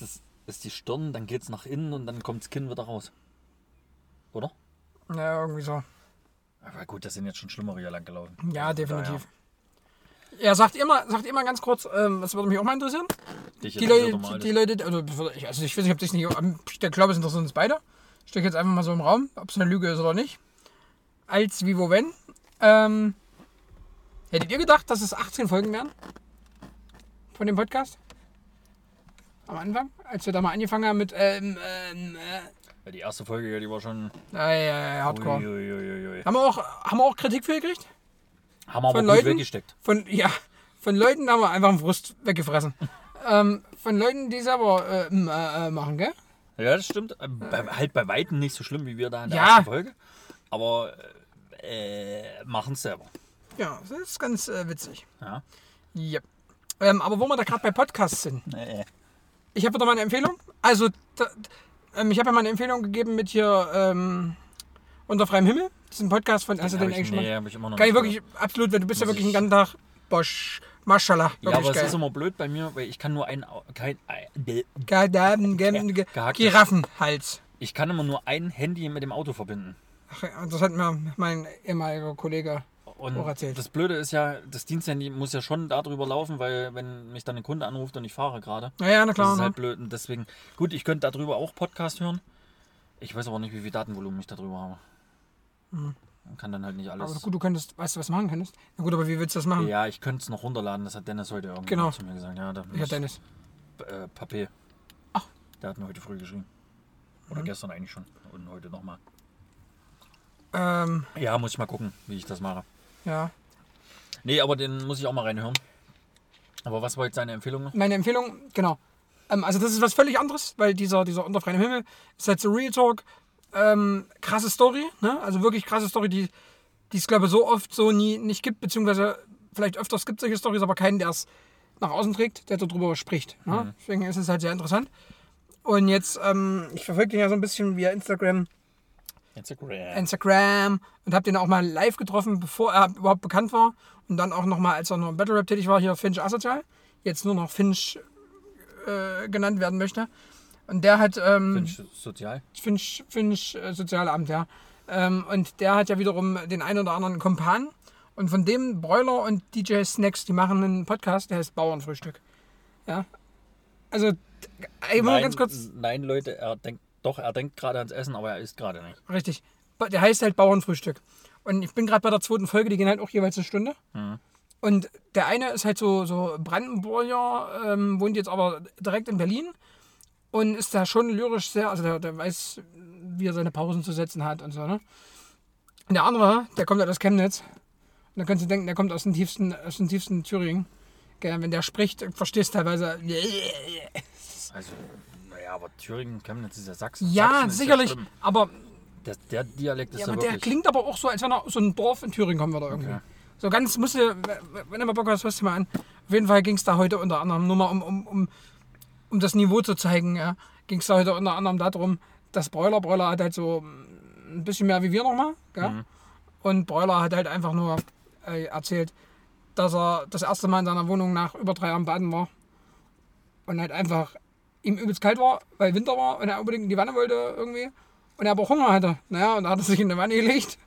B: Das ist die Stirn, dann geht's nach innen und dann kommt das Kinn wieder raus. Oder?
A: Ja, irgendwie so.
B: Aber gut, das sind jetzt schon schlimmere hier lang gelaufen.
A: Ja,
B: Also von
A: definitiv. Ja, sagt ihr mal, sagt ihr mal ganz kurz, ähm, das würde mich auch mal interessieren.
B: daher, Dich
A: Die
B: interessiert
A: Leute,
B: doch mal
A: die,
B: alles.
A: die Leute, also, ich- also ich weiß nicht, ob das nicht, ich glaube, es interessiert uns beide. Ich stecke jetzt einfach mal so im Raum, ob es eine Lüge ist oder nicht. Als, wie, wo, wenn. Ähm, hättet ihr gedacht, dass es 18 Folgen wären? Von dem Podcast? Am Anfang? Als wir da mal angefangen haben mit, ähm, ähm, äh,
B: ja, die erste Folge, ja, die war schon.
A: äh, äh, Hardcore.
B: Uiuiuiui.
A: Haben wir auch, haben wir auch Kritik für gekriegt?
B: Haben wir aber
A: Von
B: gut
A: Leuten?
B: weggesteckt.
A: Von, ja, von Leuten haben wir einfach einen Frust weggefressen. ähm, von Leuten, die selber, äh, ähm, äh, äh, machen, gell?
B: Ja, das stimmt. Bei, halt bei Weitem nicht so schlimm wie wir da in der
A: Ja.
B: ersten Folge. Aber äh, machen es selber.
A: Ja, das ist ganz äh, witzig.
B: Ja.
A: Ja. Ähm, aber wo wir da gerade bei Podcasts sind,
B: Äh,
A: ich habe da mal eine Empfehlung. Also, da, ähm, ich habe ja mal eine Empfehlung gegeben mit hier ähm, Unter freiem Himmel. Das ist ein Podcast von. Hast du den
B: hab ich,
A: eigentlich schon
B: nee,
A: mal?
B: hab ich immer noch
A: Kann ich
B: nicht
A: wirklich, absolut, weil du bist ja wirklich den ganzen Tag. Bosch, Maschallah.
B: Ja, aber
A: Wirklich
B: es ist um
A: geil.
B: immer blöd bei mir, weil ich kann nur einen, Au- kein, ein- bäh.
A: Gadaben, gem- ge-
B: Gehacktes.
A: Giraffenhals.
B: ich kann immer nur ein Handy mit dem Auto verbinden.
A: Ach, ja, Das hat mir mein ehemaliger Kollege.
B: Und
A: Auch erzählt.
B: das Blöde ist ja, das Diensthandy muss ja schon darüber laufen, weil wenn mich dann ein Kunde anruft und ich fahre gerade,
A: Naja, na
B: das
A: klar.
B: ist
A: ne?
B: halt blöd. Und deswegen, gut, ich könnte darüber auch Podcast hören. Ich weiß aber nicht, wie viel Datenvolumen ich darüber habe. Man kann dann halt nicht
A: Hm. aber
B: alles.
A: gut, du könntest, weißt du, was du machen könntest? Na gut, aber wie willst du das machen?
B: Ja, ich könnte es noch runterladen, das hat Dennis heute irgendwie
A: Genau.
B: zu mir gesagt. Ja, da
A: Ja,
B: muss-
A: Dennis.
B: äh, Papier.
A: Ach. Mhm.
B: Der hat mir heute früh geschrieben. Oder gestern eigentlich schon. Und heute nochmal.
A: Ähm,
B: Ja, muss ich mal gucken, wie ich das mache.
A: ja.
B: Nee, aber den muss ich auch mal reinhören. Aber was war jetzt seine Empfehlung noch?
A: meine Empfehlung, genau. Ähm, also das ist was völlig anderes, weil dieser, dieser unter freiem Himmel ist halt so Real Talk. Ähm, krasse Story, ne? Also wirklich krasse Story, die die es, glaube ich, so oft so nie nicht gibt, beziehungsweise vielleicht öfters gibt es solche Stories, aber keinen, der es nach außen trägt, der darüber spricht. Ne? Deswegen ist es halt sehr interessant. Und jetzt, ähm, ich verfolge den ja so ein bisschen via Instagram.
B: Instagram.
A: Instagram und habe den auch mal live getroffen, bevor er überhaupt bekannt war. Und dann auch nochmal, als er noch im Battle Rap tätig war, hier Finch Asozial. Jetzt nur noch Finch äh, genannt werden möchte. Und der hat. Ähm,
B: Finch Sozial.
A: Finch, Finch äh, Sozialamt, ja. Ähm, und der hat ja wiederum den einen oder anderen Kumpan. Und von dem Broiler und DJ Snacks, die machen einen Podcast, der heißt Bauernfrühstück. Ja. Also, ich muss mal
B: Nein,
A: ganz kurz.
B: nein, Leute, er denkt doch, er denkt gerade ans Essen, aber er isst gerade nicht.
A: Richtig. Ba- Der heißt halt Bauernfrühstück. Und ich bin gerade bei der zweiten Folge, die gehen halt auch jeweils eine Stunde.
B: Mhm.
A: Und der eine ist halt so, so Brandenburger, ähm, wohnt jetzt aber direkt in Berlin und ist da schon lyrisch sehr, also der, der weiß, wie er seine Pausen zu setzen hat und so, ne? Und der andere, der kommt halt aus Chemnitz. Und dann kannst du denken, der kommt aus dem tiefsten, aus dem tiefsten Thüringen. Gell, Wenn der spricht, verstehst du teilweise.
B: Also, naja, aber Thüringen, Chemnitz ist ja Sachsen.
A: Ja,
B: Sachsen ist
A: sicherlich.
B: schlimm.
A: aber
B: der, der Dialekt ist
A: Ja,
B: ja,
A: aber der
B: wirklich.
A: klingt aber auch so, als wenn er aus so einem Dorf in Thüringen kommen würde irgendwie.
B: Okay.
A: So ganz musst du, wenn du mal Bock hast, hörst du mal an. Auf jeden Fall ging es da heute unter anderem nur mal um, um, um, um das Niveau zu zeigen, ja, ging es da heute unter anderem darum, dass Broiler, Broiler hat halt so mm, ein bisschen mehr wie wir nochmal, gell?
B: Mhm.
A: Und Broiler hat halt einfach nur äh, erzählt, dass er das erste Mal in seiner Wohnung nach über drei Jahren baden war und halt einfach ihm übelst kalt war, weil Winter war und er unbedingt in die Wanne wollte irgendwie und er aber auch Hunger hatte. Naja, und da hat er sich in die Wanne gelegt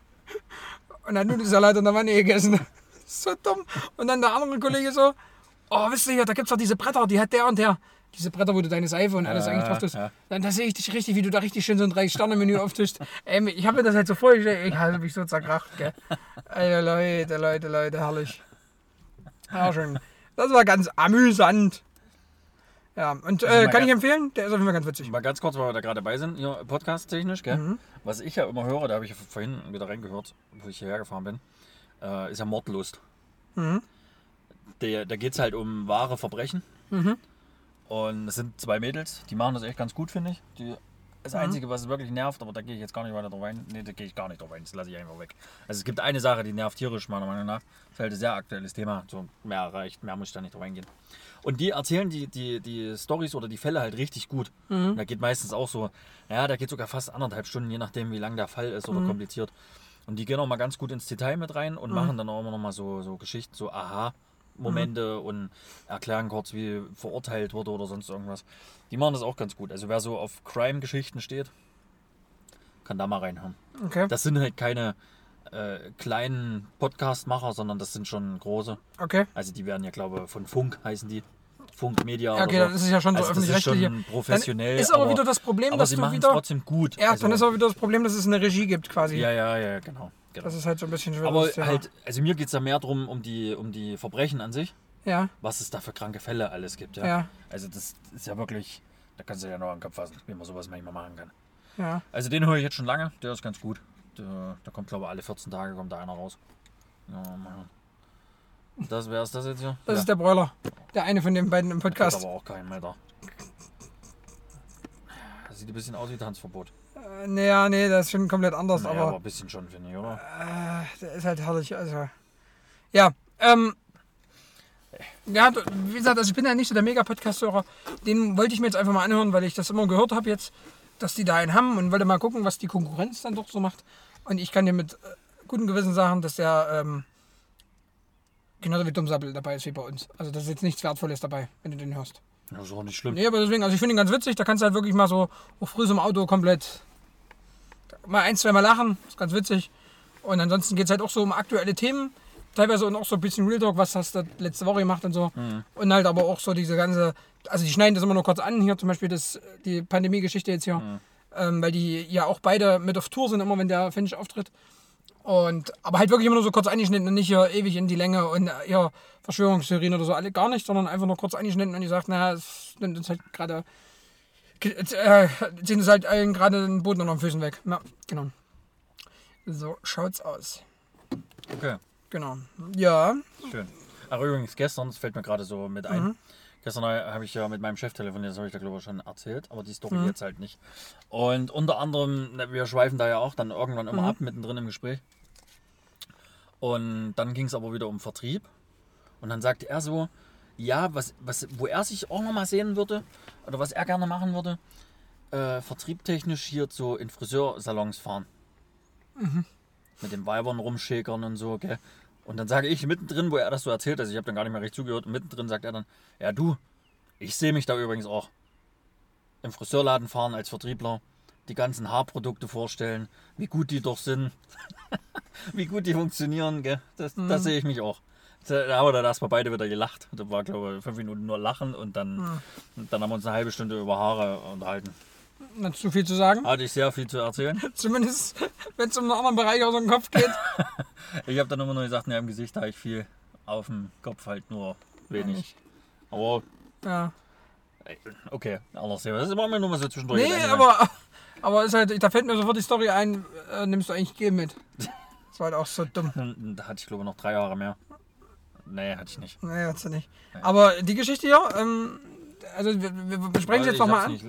A: und hat Nudelsalat in der Wanne gegessen. so dumm. Und dann der andere Kollege so, oh, wisst ihr, hier, da gibt's doch diese Bretter, die hat der und der. Diese Bretter, wo du deine Seife und alles
B: Ja,
A: eigentlich drauf tust.
B: ja.
A: Dann da sehe ich dich richtig, wie du da richtig schön so ein Drei-Sterne-Menü auftischst. Ey, ich habe mir das halt so vorgestellt. Ich habe mich so zerkracht, gell. Ey, Leute, Leute, Leute, herrlich. Ja, schön. Das war ganz amüsant. Ja, und
B: Also
A: äh,
B: mal
A: kann
B: ganz-
A: ich empfehlen? Der ist auf jeden Fall ganz witzig.
B: Mal ganz kurz, weil wir da gerade bei sind, hier podcast-technisch, gell?
A: Mhm.
B: Was ich ja immer höre, da habe ich vorhin wieder reingehört, wo ich hierher gefahren bin, äh, ist ja Mordlust.
A: Mhm.
B: Der, da geht es halt um wahre Verbrechen. Und es sind zwei Mädels, die machen das echt ganz gut, finde ich. Die, das Einzige, was wirklich nervt, aber da gehe ich jetzt gar nicht weiter drauf ein. Nee, da gehe ich gar nicht drauf ein, das lasse ich einfach weg. Also es gibt eine Sache, die nervt tierisch, meiner Meinung nach. Das ist halt ein sehr aktuelles Thema. So, mehr reicht, mehr muss ich da nicht drauf eingehen. Und die erzählen die, die, die Stories oder die Fälle halt richtig gut. Und da geht meistens auch so, ja, da geht sogar fast anderthalb Stunden, je nachdem, wie lang der Fall ist oder kompliziert. Und die gehen auch mal ganz gut ins Detail mit rein und machen dann auch immer noch mal so, so Geschichten, so Aha-Momente und erklären kurz, wie verurteilt wurde oder sonst irgendwas. Die machen das auch ganz gut. Also wer so auf Crime-Geschichten steht, kann da mal reinhören.
A: Okay,
B: Das sind halt keine äh, kleinen Podcast-Macher, sondern das sind schon große.
A: okay.
B: Also die werden ja, glaube ich, von Funk heißen die. Funk Media
A: Ja, okay,
B: oder
A: dann ist es ja schon so
B: also das ist
A: öffentlich-rechtlich.
B: schon professionell.
A: Dann ist aber wieder das Problem,
B: aber
A: dass
B: sie
A: du
B: machen es
A: wieder-
B: trotzdem gut.
A: Ja,
B: also,
A: dann ist auch wieder das Problem, dass es eine Regie gibt quasi.
B: Ja, ja, ja, genau. genau.
A: Das ist halt so ein bisschen schwer.
B: aber halt, also mir geht es ja mehr darum, um die, um die Verbrechen an sich,
A: Ja,
B: was es da für kranke Fälle alles gibt. Ja.
A: Ja.
B: Also das ist ja wirklich, da kannst du ja noch an den Kopf fassen, wie man sowas manchmal machen kann.
A: ja.
B: Also den höre ich jetzt schon lange, der ist ganz gut. Der, da kommt, glaube ich, alle 14 Tage kommt da einer raus. Ja, Mann. Das wäre es das jetzt hier?
A: Das
B: ja.
A: ist der Broiler. Der eine von den beiden im
B: Hat
A: Podcast.
B: aber auch keinen Meter. Das sieht ein bisschen aus wie Tanzverbot.
A: Äh, nee, ja, nee, das ist schon komplett anders,
B: Naja, aber,
A: aber
B: ein bisschen schon, finde ich, oder?
A: der ist halt herrlich. Also. Ja, ähm. Ja, du- wie gesagt, also ich bin ja nicht so der Mega-Podcast-Hörer. Den wollte ich mir jetzt einfach mal anhören, weil ich das immer gehört habe jetzt, dass die da einen haben und wollte mal gucken, was die Konkurrenz dann doch so macht. Und ich kann dir mit äh, gutem Gewissen sagen, dass der ähm, genauso wie Dummsabbel dabei ist wie bei uns. Also da ist jetzt nichts Wertvolles dabei, wenn du den hörst.
B: Das ist auch nicht schlimm.
A: Nee, aber deswegen, also ich finde ihn ganz witzig, da kannst du halt wirklich mal so auch früh so im Auto komplett mal ein, zwei Mal lachen, ist ganz witzig. Und ansonsten geht es halt auch so um aktuelle Themen, teilweise und auch so ein bisschen Real Talk, was hast du letzte Woche gemacht und so. Und halt aber auch so diese ganze, also die schneiden das immer nur kurz an, hier zum Beispiel das, die Pandemie-Geschichte jetzt hier, ähm, weil die ja auch beide mit auf Tour sind, immer wenn der Finch auftritt. Und, aber halt wirklich immer nur so kurz eingeschnitten und nicht hier ewig in die Länge und äh, hier Verschwörungstheorien oder so, alle gar nicht, sondern einfach nur kurz eingeschnitten und die sagt, naja, es nimmt uns halt gerade, äh, ziehen uns halt allen gerade den Boden unter den Füßen weg. Ja, genau. So schaut's aus.
B: Okay,
A: Genau. Ja,
B: schön. Ach, übrigens, gestern, das fällt mir gerade so mit ein. Gestern ha- habe ich ja mit meinem Chef telefoniert, das habe ich da glaube ich schon erzählt, aber die Story jetzt halt nicht. Und unter anderem, na, wir schweifen da ja auch dann irgendwann immer ab, mittendrin im Gespräch. Und dann ging es aber wieder um Vertrieb. Und dann sagte er so, ja, was, was, wo er sich auch nochmal sehen würde oder was er gerne machen würde, äh, vertriebtechnisch hier so in Friseursalons fahren. Mit dem Weibern rumschäkern und so, gell? Und dann sage ich mittendrin, wo er das so erzählt, also ich habe dann gar nicht mehr recht zugehört, mittendrin sagt er dann, ja du, ich sehe mich da übrigens auch im Friseurladen fahren als Vertriebler, die ganzen Haarprodukte vorstellen, wie gut die doch sind, wie gut die funktionieren, gell? Das, das sehe ich mich auch. Da da haben wir dann erstmal beide wieder gelacht. Da war, glaube ich, fünf Minuten nur Lachen und dann, und dann haben wir uns eine halbe Stunde über Haare unterhalten.
A: Nicht zu viel zu sagen.
B: Hatte ich sehr viel zu erzählen.
A: Zumindest, wenn es um einen anderen Bereich aus dem Kopf geht.
B: Ich habe dann immer nur gesagt, ne, im Gesicht habe ich viel, auf dem Kopf halt nur wenig. Aber
A: Ja.
B: ey, okay, anders sehen wir. Das machen wir nur mal so zwischendurch.
A: Nee,
B: Gedanken.
A: aber, aber ist halt, da fällt mir sofort die Story ein, äh, nimmst du eigentlich Gel mit. Das war halt auch so dumm.
B: Da hatte ich, glaube ich, noch drei Jahre mehr. Nee, hatte ich nicht.
A: Nee, hat's ja nicht. Aber die Geschichte hier, ähm, also wir, wir wir besprechen sie
B: Also,
A: jetzt
B: ich
A: nochmal
B: hab's
A: an.
B: nicht-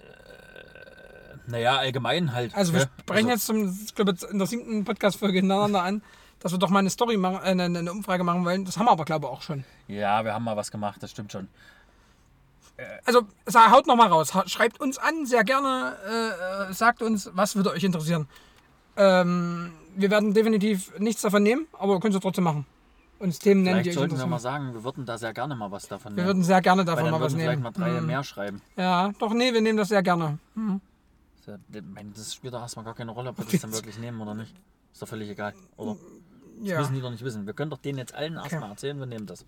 B: Äh, Naja, allgemein halt.
A: Also wir
B: gell?
A: sprechen
B: Also,
A: jetzt zum, ich glaube jetzt in der siebten Podcast-Folge hintereinander an, dass wir doch mal eine Story machen, äh, eine, eine Umfrage machen wollen. Das haben wir aber, glaube ich, auch schon.
B: Ja, wir haben mal was gemacht, das stimmt schon.
A: Also sa- haut nochmal raus. Ha- Schreibt uns an, sehr gerne. äh, Äh, sagt uns, was würde euch interessieren. Ähm, wir werden definitiv nichts davon nehmen, aber ihr könnt es trotzdem machen. Uns Themen nennen,
B: Vielleicht
A: die euch
B: sollten wir
A: interessieren.
B: mal sagen, wir würden da sehr gerne mal was davon
A: Wir
B: nehmen.
A: würden sehr gerne davon
B: Weil dann
A: mal was
B: würden vielleicht
A: nehmen. Mhm.
B: mal drei mehr schreiben.
A: Ja, doch, nee, wir nehmen das sehr gerne.
B: Das ist ja- ich meine, Das spielt doch erstmal gar keine Rolle, ob wir das dann wirklich nehmen oder nicht. Ist doch völlig egal. Oder
A: Ja.
B: müssen die doch nicht wissen. Wir können doch denen jetzt allen erstmal erzählen, wir nehmen das.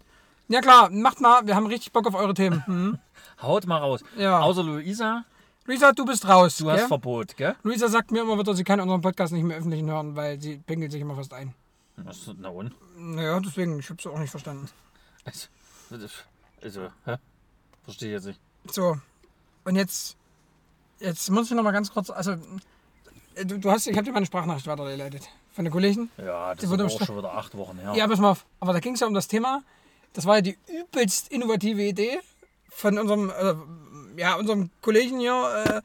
A: ja klar, macht mal, wir haben richtig Bock auf eure Themen. Mhm.
B: Haut mal raus.
A: Ja.
B: Außer Luisa,
A: Luisa, du bist raus.
B: du hast
A: gell?
B: Verbot, gell?
A: Luisa sagt mir immer wieder, sie kann unseren Podcast nicht mehr öffentlich hören, weil sie pinkelt sich immer fast ein.
B: Das- Na und?
A: Naja, deswegen, ich hab's auch nicht verstanden.
B: Also, das- also hä? Verstehe ich jetzt nicht.
A: So, und jetzt, jetzt muss ich noch mal ganz kurz, also, äh, du, du hast, ich habe dir meine Sprachnachricht weitergeleitet von den Kollegen.
B: Ja, das
A: Die
B: ist
A: wurde
B: aber
A: im
B: auch
A: Sta-
B: schon wieder acht Wochen her.
A: Ja, pass mal auf, aber da ging es ja um das Thema, das war ja die übelst innovative Idee von unserem, äh, ja, unserem Kollegen hier, äh,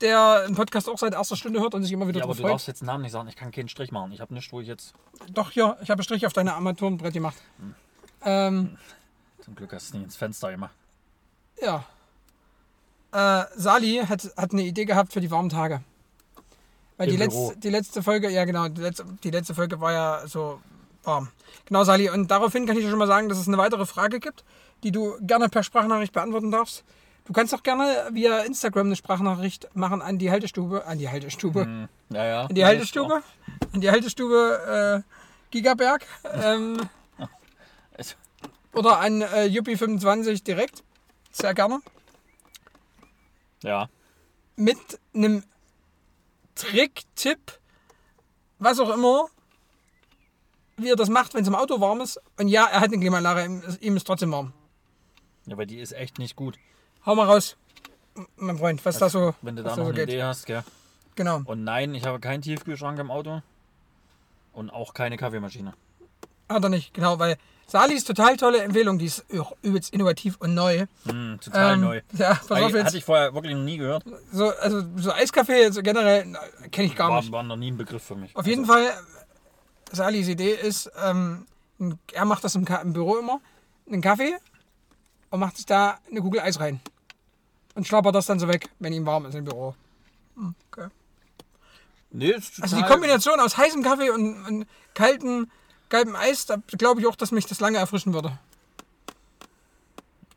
A: der einen Podcast auch seit erster Stunde hört und sich immer wieder
B: Ja, aber
A: drauf
B: du
A: freut.
B: darfst jetzt den Namen nicht sagen. Ich kann keinen Strich machen. Ich habe nichts, wo ich jetzt.
A: Doch, hier, ich habe einen Strich auf deine Armaturenbrett gemacht. Ähm,
B: Zum Glück hast du es nicht ins Fenster gemacht.
A: Ja. Äh, Sali hat, hat eine Idee gehabt für die warmen Tage. Weil
B: Im
A: die
B: Büro.
A: letzte, die letzte Folge, ja genau, die letzte, die letzte Folge war ja so warm. Genau, Sali. Und daraufhin kann ich dir schon mal sagen, dass es eine weitere Frage gibt, die du gerne per Sprachnachricht beantworten darfst. Du kannst auch gerne via Instagram eine Sprachnachricht machen an die Haltestube, an die Haltestube,
B: Hm. Ja, ja.
A: an die Haltestube, an die Haltestube äh, Gigaberg ähm,
B: Also,
A: oder an äh, Yuppie25 direkt. Sehr gerne.
B: ja.
A: mit einem Trick, Tipp, was auch immer, wie er das macht, wenn es im Auto warm ist. Und ja, er hat eine Klimaanlage, ihm ist- ihm ist trotzdem warm.
B: Ja, aber die ist echt nicht gut.
A: Hau mal raus, m- mein Freund, was da so,
B: Also, Wenn du
A: was
B: da noch
A: so
B: eine
A: geht.
B: Idee hast, gell?
A: Genau.
B: Und nein, ich habe keinen Tiefkühlschrank im Auto. Und auch keine Kaffeemaschine.
A: Hat er nicht, genau, weil Sali ist total tolle Empfehlung, die ist auch übelst innovativ und neu.
B: Hm, total
A: Ähm,
B: neu.
A: Ja, pass auf
B: Hatte ich-
A: jetzt.
B: hatte ich vorher wirklich noch nie gehört.
A: So, also, so Eiskaffee so generell kenne ich gar
B: War,
A: nicht.
B: war noch nie ein Begriff für mich.
A: Auf jeden
B: also,
A: Fall, Salis Idee ist, ähm, ein- er macht das im, Ka im Büro immer, einen Kaffee und macht sich da eine Kugel Eis rein. Und schlappert das dann so weg, wenn ihm warm ist im Büro. Hm, Okay.
B: Nee, ist total,
A: Also die Kombination aus heißem Kaffee und, und kalten, kaltem Eis, da glaube ich auch, dass mich das lange erfrischen würde.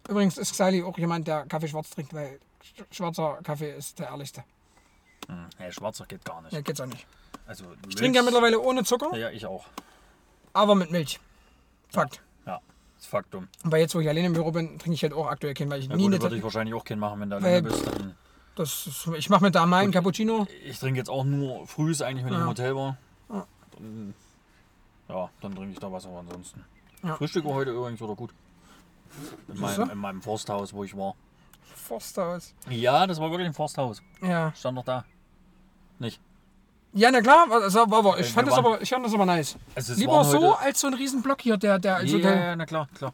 A: Übrigens ist Sali auch jemand, der Kaffee schwarz trinkt, weil sch- schwarzer Kaffee ist der ehrlichste.
B: Hm, nee, schwarzer geht gar nicht.
A: Ja, geht's auch nicht.
B: Also,
A: Ich trinke ja mittlerweile ohne Zucker,
B: Ja, ich auch.
A: aber mit Milch. Fakt.
B: Ja, ist faktum.
A: Aber jetzt, wo ich alleine im Büro bin, trinke ich halt auch aktuell keinen, weil ich
B: Na
A: nie
B: gut,
A: eine
B: würde ich wahrscheinlich auch keinen machen, wenn du
A: Weil-
B: alleine bist. Dann
A: das ist, Ich mache mir da mal einen Cappuccino.
B: ich trinke jetzt auch nur frühs eigentlich, wenn ich
A: Ja.
B: im Hotel war. Dann, ja, dann trinke ich da was, aber ansonsten.
A: Ja.
B: Frühstück war heute übrigens wieder gut. In
A: Siehst du?
B: meinem, in meinem Forsthaus, wo ich war.
A: Forsthaus.
B: Ja, das war wirklich ein Forsthaus.
A: Ja.
B: Stand noch da. Nicht.
A: Ja, na klar, war- das war, war, war. Ich,
B: Äh, Wir
A: fand das
B: waren-
A: aber, ich fand das aber nice.
B: Also es
A: Lieber
B: waren
A: so
B: heute-
A: als so ein riesen Block hier, der, der als
B: ja,
A: Hotel.
B: Also ja, ja, na klar, klar.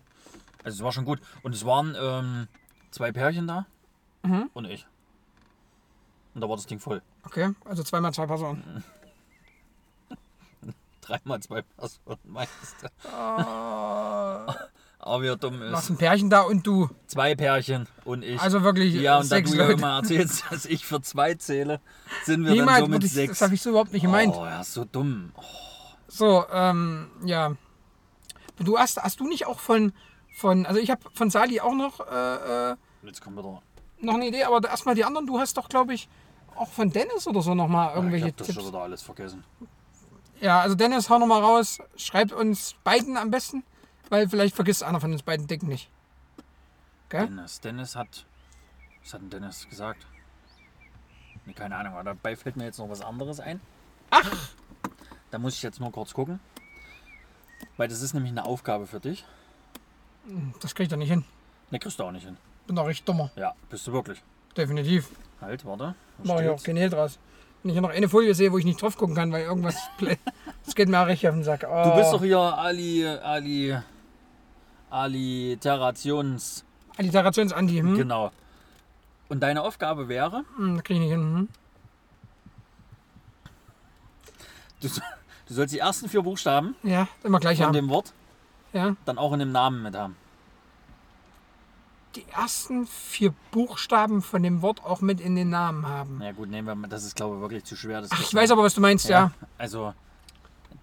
B: Also es war schon gut. Und es waren ähm, zwei Pärchen da
A: Mhm.
B: und ich. Und da war das Ding voll.
A: Okay, also zweimal zwei Personen.
B: Dreimal zwei Personen meistens.
A: Ah,
B: Aber wie er dumm
A: Lass
B: ist.
A: ein Pärchen da und du.
B: Zwei Pärchen und ich.
A: Also wirklich
B: ja, und da
A: sechs
B: du ja
A: Leute.
B: immer erzählst, dass ich für zwei zähle, sind wir
A: Niemals,
B: dann so mit
A: würde ich,
B: sechs.
A: das habe ich so überhaupt nicht gemeint.
B: Oh, ja, so dumm. Oh,
A: So, ähm, ja. Du hast, hast du nicht auch von, von also ich habe von Sali auch noch, äh, äh,
B: jetzt kommt wieder.
A: noch eine Idee, aber erstmal die anderen. Du hast doch, glaube ich, auch von Dennis oder so nochmal irgendwelche
B: Ah, ich hab das
A: Tipps.
B: schon wieder alles vergessen.
A: Ja, also Dennis, hau nochmal raus. Schreibt uns beiden am besten, weil vielleicht vergisst einer von uns beiden Dicken nicht. Ja?
B: Dennis. Dennis hat. Was hat denn Dennis gesagt? Nee, keine Ahnung, aber dabei fällt mir jetzt noch was anderes ein. Ach! Da muss ich jetzt nur kurz gucken. Weil das ist nämlich eine Aufgabe für dich.
A: Das krieg ich doch nicht hin.
B: Ne, kriegst du auch nicht hin.
A: Bin doch richtig dummer.
B: Ja, bist du wirklich.
A: Definitiv.
B: Halt, warte. wo
A: Mach ich auch genau.
B: steht's?
A: kein Hehl draus. Wenn ich noch eine Folie sehe, wo ich nicht drauf gucken kann, weil irgendwas. Das geht mir auch richtig auf den Sack. Oh.
B: Du bist doch hier Ali. Ali. Ali Terrations.
A: Oh, Alliterations-Andi. Hm?
B: Genau. Und deine Aufgabe wäre,
A: Hm, das krieg ich nicht hin. Hm?
B: du, so- du sollst die ersten vier Buchstaben
A: Ja, immer gleich
B: von
A: haben.
B: dem Wort
A: Ja.
B: dann auch in dem Namen mit haben.
A: Die ersten vier Buchstaben von dem Wort auch mit in den Namen haben.
B: Na ja, gut, nehmen wir mal, das ist glaube ich wirklich zu schwer. Das
A: Ach, ich
B: kriegst du
A: weiß
B: nicht.
A: aber, was du meinst, ja.
B: Also,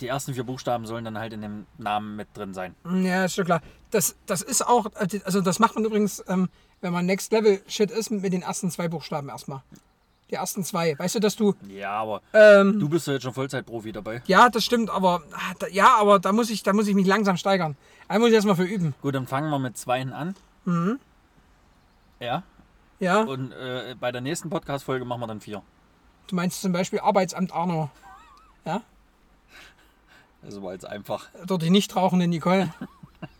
B: die ersten vier Buchstaben sollen dann halt in dem Namen mit drin sein.
A: Hm, Ja, ist schon klar. Das, das ist auch, also das macht man übrigens, ähm, wenn man Next Level Shit ist, mit den ersten zwei Buchstaben erstmal. Die ersten zwei. Weißt du, dass du.
B: Ja, aber
A: Ähm,
B: du bist ja jetzt schon Vollzeitprofi dabei.
A: Ja, das stimmt, aber ah, da- ja, aber da muss ich, da muss ich mich langsam steigern. Da muss ich erstmal für üben.
B: Gut, dann fangen wir mit zweien an.
A: Mhm.
B: Ja,
A: Ja,
B: und äh, bei der nächsten Podcast-Folge machen wir dann vier.
A: du meinst zum Beispiel Arbeitsamt Arno. Ja,
B: Also war jetzt einfach.
A: dort die nicht rauchende Nicole.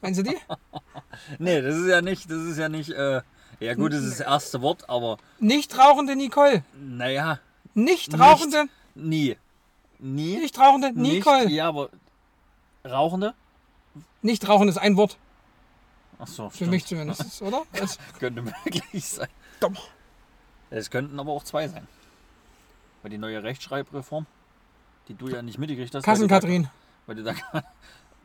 A: Meinst du die?
B: Nee, das ist ja nicht, das ist ja nicht, äh, ja gut, das ist das erste Wort, aber
A: Nicht rauchende Nicole.
B: naja,
A: Nicht rauchende, nicht,
B: nie. Nie.
A: rauchende Nicole.
B: Nicht, ja, aber Rauchende?
A: Nicht rauchen ist ein Wort,
B: Achso,
A: für mich zumindest, oder? Das ist
B: Könnte möglich sein.
A: dumm.
B: Es könnten aber auch zwei sein. Weil die neue Rechtschreibreform, die du ja nicht mitgekriegt hast. weil du da-
A: Kassen-Kathrin.
B: Weil du da.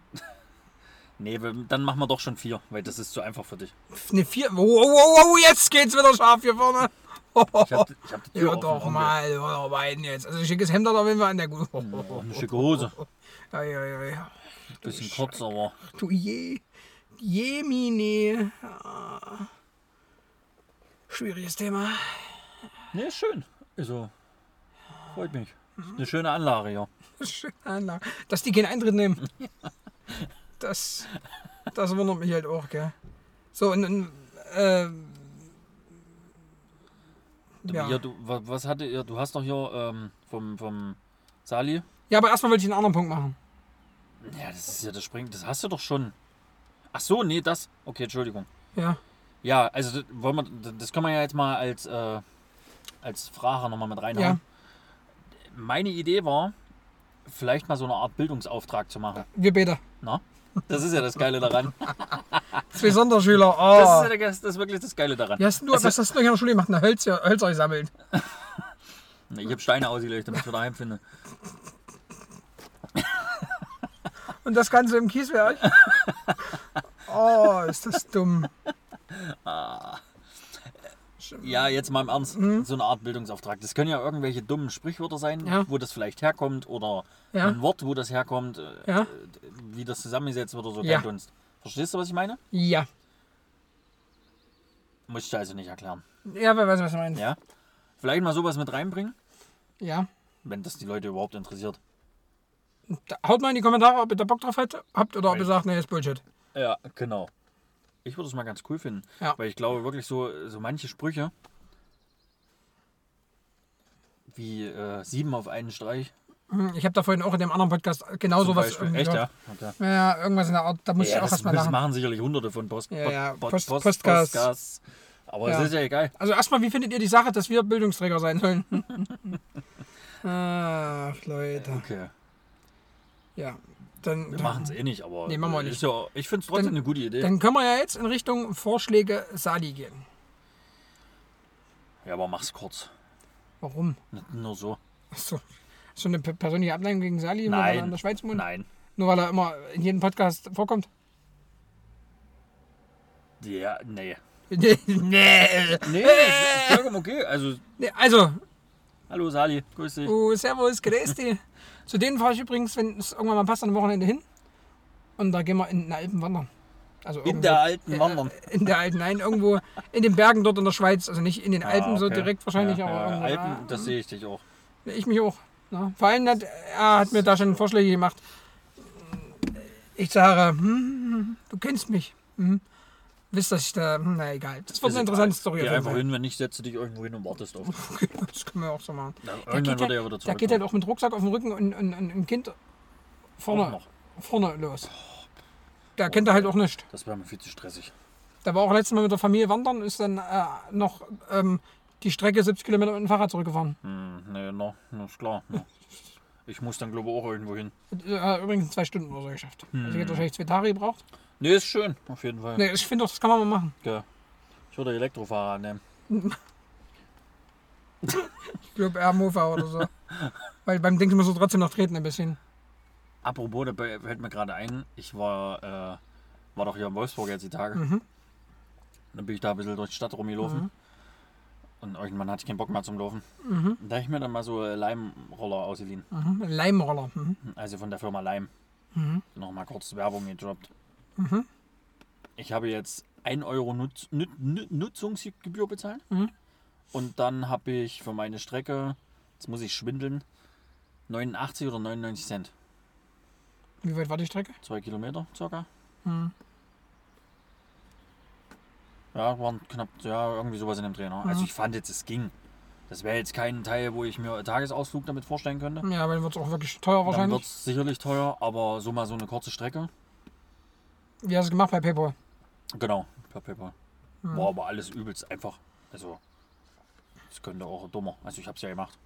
B: nee, wir- dann machen wir doch schon vier, weil das ist zu einfach für dich.
A: Eine vier. Wow, wow, wow, jetzt geht's wieder scharf hier vorne.
B: Ich hab, ich hab
A: Oh.
B: die Tür
A: Ja,
B: offen,
A: doch
B: Onkel.
A: mal, oder beiden jetzt. Also schickes Hemd hat auf jeden Fall an der Gute.
B: Oh, eine schicke Hose.
A: Ja, ja, ja, ja.
B: Bisschen
A: oh,
B: kurz, aber.
A: Du je. Jemine. Ah. Schwieriges Thema.
B: Nee, ist schön. Also, freut mich.
A: Mhm.
B: Ist eine schöne Anlage hier.
A: Schöne Anlage. Dass die keinen Eintritt nehmen. Das, das wundert mich halt auch, gell. So, und, und äh, ja.
B: hier du, wa- was hatte ihr? Du hast doch hier ähm, vom, vom Sali.
A: ja, aber erstmal wollte ich einen anderen Punkt machen.
B: Ja, das ist ja das Springt. Das hast du doch schon. Ach so, nee, das. Okay, Entschuldigung.
A: Ja.
B: Ja, also das, wollen wir, d- das können wir ja jetzt mal als, äh, als Frage nochmal mit
A: ja.
B: reinhauen. Meine Idee war, vielleicht mal so eine Art Bildungsauftrag zu machen.
A: Wir beide.
B: Na? Das ist ja das Geile daran.
A: Oh. Zwei Sonderschüler.
B: Das ist, ja
A: Oh.
B: der, das ist wirklich das Geile daran.
A: Ja, hast du,
B: Also,
A: was hast du denn hier in der Schule gemacht? Na, Hölzer, Hölzer sammeln.
B: ich habe Steine ausgelegt, damit ich wieder heimfinde.
A: Und das Ganze im Kieswerk. Oh, ist das dumm.
B: Ja, jetzt mal im Ernst,
A: Mhm.
B: so eine Art Bildungsauftrag. Das können ja irgendwelche dummen Sprichwörter sein,
A: Ja.
B: wo das vielleicht herkommt oder
A: Ja.
B: ein Wort, wo das herkommt, äh,
A: Ja.
B: wie das zusammengesetzt wird oder so.
A: Ja.
B: Kein Dunst. Verstehst du, was ich meine?
A: Ja.
B: Muss ich dir also nicht erklären.
A: Ja, wer weiß, was du meinst.
B: Ja? Vielleicht mal sowas mit reinbringen,
A: ja.
B: wenn das die Leute überhaupt interessiert.
A: Da- Haut mal in die Kommentare, ob ihr da Bock drauf hat- habt oder ob ihr
B: Weil-
A: sagt, nee, ist Bullshit.
B: Ja, genau. Ich würde es mal ganz cool finden,
A: Ja.
B: weil ich glaube wirklich so, so manche Sprüche wie äh, sieben auf einen Streich.
A: Hm, Ich habe da vorhin auch in dem anderen Podcast genau
B: zum
A: sowas.
B: Beispiel.
A: irgendwie
B: Echt, ja?
A: gehört.
B: Okay.
A: ja? Ja, irgendwas in der Art. Da muss ich
B: Ja,
A: auch
B: das,
A: erstmal
B: das
A: lachen.
B: machen sicherlich hunderte von Post,
A: Ja, ja,
B: Pod-
A: Post-
B: Post-
A: Postcasts.
B: Postcasts. Aber
A: Ja.
B: es ist ja egal.
A: Also erstmal, wie findet ihr die Sache, dass wir Bildungsträger sein sollen? Ach, Leute.
B: Okay.
A: Ja. Dann,
B: Wir machen es eh nicht, aber
A: Nee, machen wir
B: ist ja, ich finde es trotzdem
A: Dann-
B: eine gute Idee.
A: dann können wir ja jetzt in Richtung Vorschläge Sali gehen.
B: ja, aber mach's kurz.
A: Warum?
B: Nicht nur so.
A: Achso. So eine pe- persönliche Abneigung gegen Sali, nur weil er in
B: Nein.
A: der Schweiz wohnt?
B: Nein.
A: Nur weil er immer in jedem Podcast vorkommt?
B: Ja, nee.
A: nee. nee.
B: Nee, ist vollkommen okay. Also,
A: Also,
B: hallo Sali, grüß dich.
A: oh, servus, grüß dich. Zu denen fahre ich übrigens, wenn es irgendwann mal passt, am Wochenende hin. Und da gehen wir in den Alpen wandern. Also irgendwo-
B: alten Wandern.
A: In der Alpen, nein, irgendwo in den Bergen dort in der Schweiz. Also nicht in den Alpen so
B: Ah, okay.
A: direkt wahrscheinlich,
B: ja,
A: aber
B: ja,
A: irgendwo da.
B: Alpen, das sehe ich dich auch.
A: Ich mich auch. Ne? Vor allem hat, er hat mir da schon Vorschläge gemacht. Ich sage, hm, du kennst mich. Hm. Wisst, dass ich da, hm, na egal. Das wird eine interessante Story.
B: Also, äh, Geh
A: auf jeden
B: einfach
A: Fall.
B: hin, wenn nicht, setze dich irgendwo hin und wartest auf.
A: Das können wir auch so machen.
B: Ja,
A: Da
B: irgendwann
A: geht,
B: wird er ja
A: halt,
B: wieder
A: da
B: zurück.
A: geht halt auch mit Rucksack auf dem Rücken und, und, und ein Kind
B: Auch
A: vorne,
B: noch. Oh.
A: vorne los. Da kennt er halt auch nicht.
B: Das wäre mir viel zu stressig.
A: Da war auch letztes Mal mit der Familie wandern, ist dann äh, noch ähm, die Strecke 70 Kilometer mit dem Fahrrad zurückgefahren.
B: Hm, nee, na, na, ist klar. Na. Ich muss dann, glaube ich, auch irgendwo hin.
A: Hat, äh, übrigens zwei Stunden oder so geschafft.
B: Hm.
A: Also, ich hätte wahrscheinlich zwei Tage gebraucht.
B: Nee, ist schön, auf jeden Fall.
A: Nee, ich finde doch, das kann man mal machen.
B: Ja. Ich würde Elektrofahrer nehmen.
A: Ich glaube eher Mofa oder so. Weil beim Dings musst du trotzdem noch treten ein bisschen.
B: Apropos, da fällt mir gerade ein, ich war, äh, war doch hier in Wolfsburg jetzt die Tage.
A: Mhm.
B: Dann bin ich da ein bisschen durch die Stadt rumgelaufen. Und irgendwann hatte ich keinen Bock mehr zum Laufen. Da habe ich mir dann mal so äh, Leimroller ausgeliehen.
A: Mhm. Leimroller. Mhm.
B: Also von der Firma Leim. Nochmal kurz Werbung gedroppt. Ich habe jetzt 1 Euro Nutz, Nut- Nut- Nutzungsgebühr bezahlt. Und dann habe ich für meine Strecke, jetzt muss ich schwindeln, 89 oder 99 Cent.
A: Wie weit war die Strecke?
B: Zwei Kilometer circa. Ja, waren knapp, ja, irgendwie sowas in dem Dreh. Ne? Also ich fand jetzt, es ging. Das wäre jetzt kein Teil, wo ich mir einen Tagesausflug damit vorstellen könnte.
A: Ja, aber dann wird es auch wirklich teuer
B: Dann
A: Mhm. wahrscheinlich.
B: wird es sicherlich teuer, aber so mal so eine kurze Strecke.
A: Wie hast du es gemacht bei PayPal?
B: Genau, per PayPal.
A: Hm.
B: War aber alles übelst einfach. Also, das könnte auch dummer. Also ich habe es ja gemacht.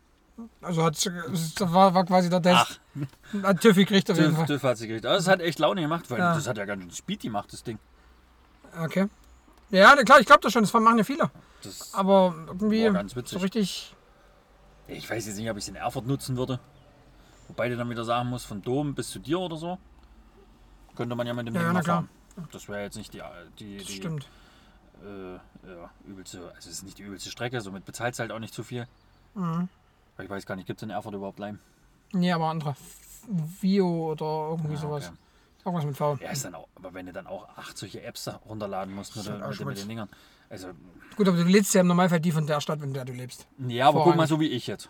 A: Also hat's, es war, war quasi der Test.
B: Ach.
A: Hat TÜV gekriegt auf jeden
B: TÜV,
A: Fall.
B: TÜV hat sie gekriegt. Aber es hat echt Laune gemacht, weil
A: Ja.
B: das hat ja ganz schön Speed gemacht, das Ding.
A: Okay. Ja, na klar, ich glaube das schon. Das machen ja viele.
B: Das,
A: Aber irgendwie
B: War ganz witzig.
A: so richtig.
B: ich weiß jetzt nicht, ob ich es in Erfurt nutzen würde. Wobei du dann wieder sagen musst, von Dom bis zu dir oder so. Könnte man ja mit dem
A: Ja,
B: Ding
A: ja,
B: mal
A: na klar.
B: fahren. Das wäre jetzt nicht die, die,
A: Das
B: die
A: stimmt.
B: äh, ja, übelste, also es ist nicht die übelste Strecke, somit bezahlt es halt auch nicht zu viel.
A: Mhm.
B: Aber Ich weiß gar nicht, gibt es in Erfurt überhaupt Leim?
A: Nee, aber andere. Vio oder irgendwie
B: Ah,
A: sowas.
B: okay.
A: Irgendwas mit V.
B: Ja, ist dann auch, aber wenn du dann auch acht solche Apps da runterladen musst mit,
A: dann
B: den-
A: auch
B: mit, den- mit
A: Schmutz.
B: den Dingern. Also,
A: Gut, aber du lebst ja im Normalfall die von der Stadt, in der du lebst.
B: ja, aber guck
A: Vorrangig.
B: mal, so wie ich jetzt.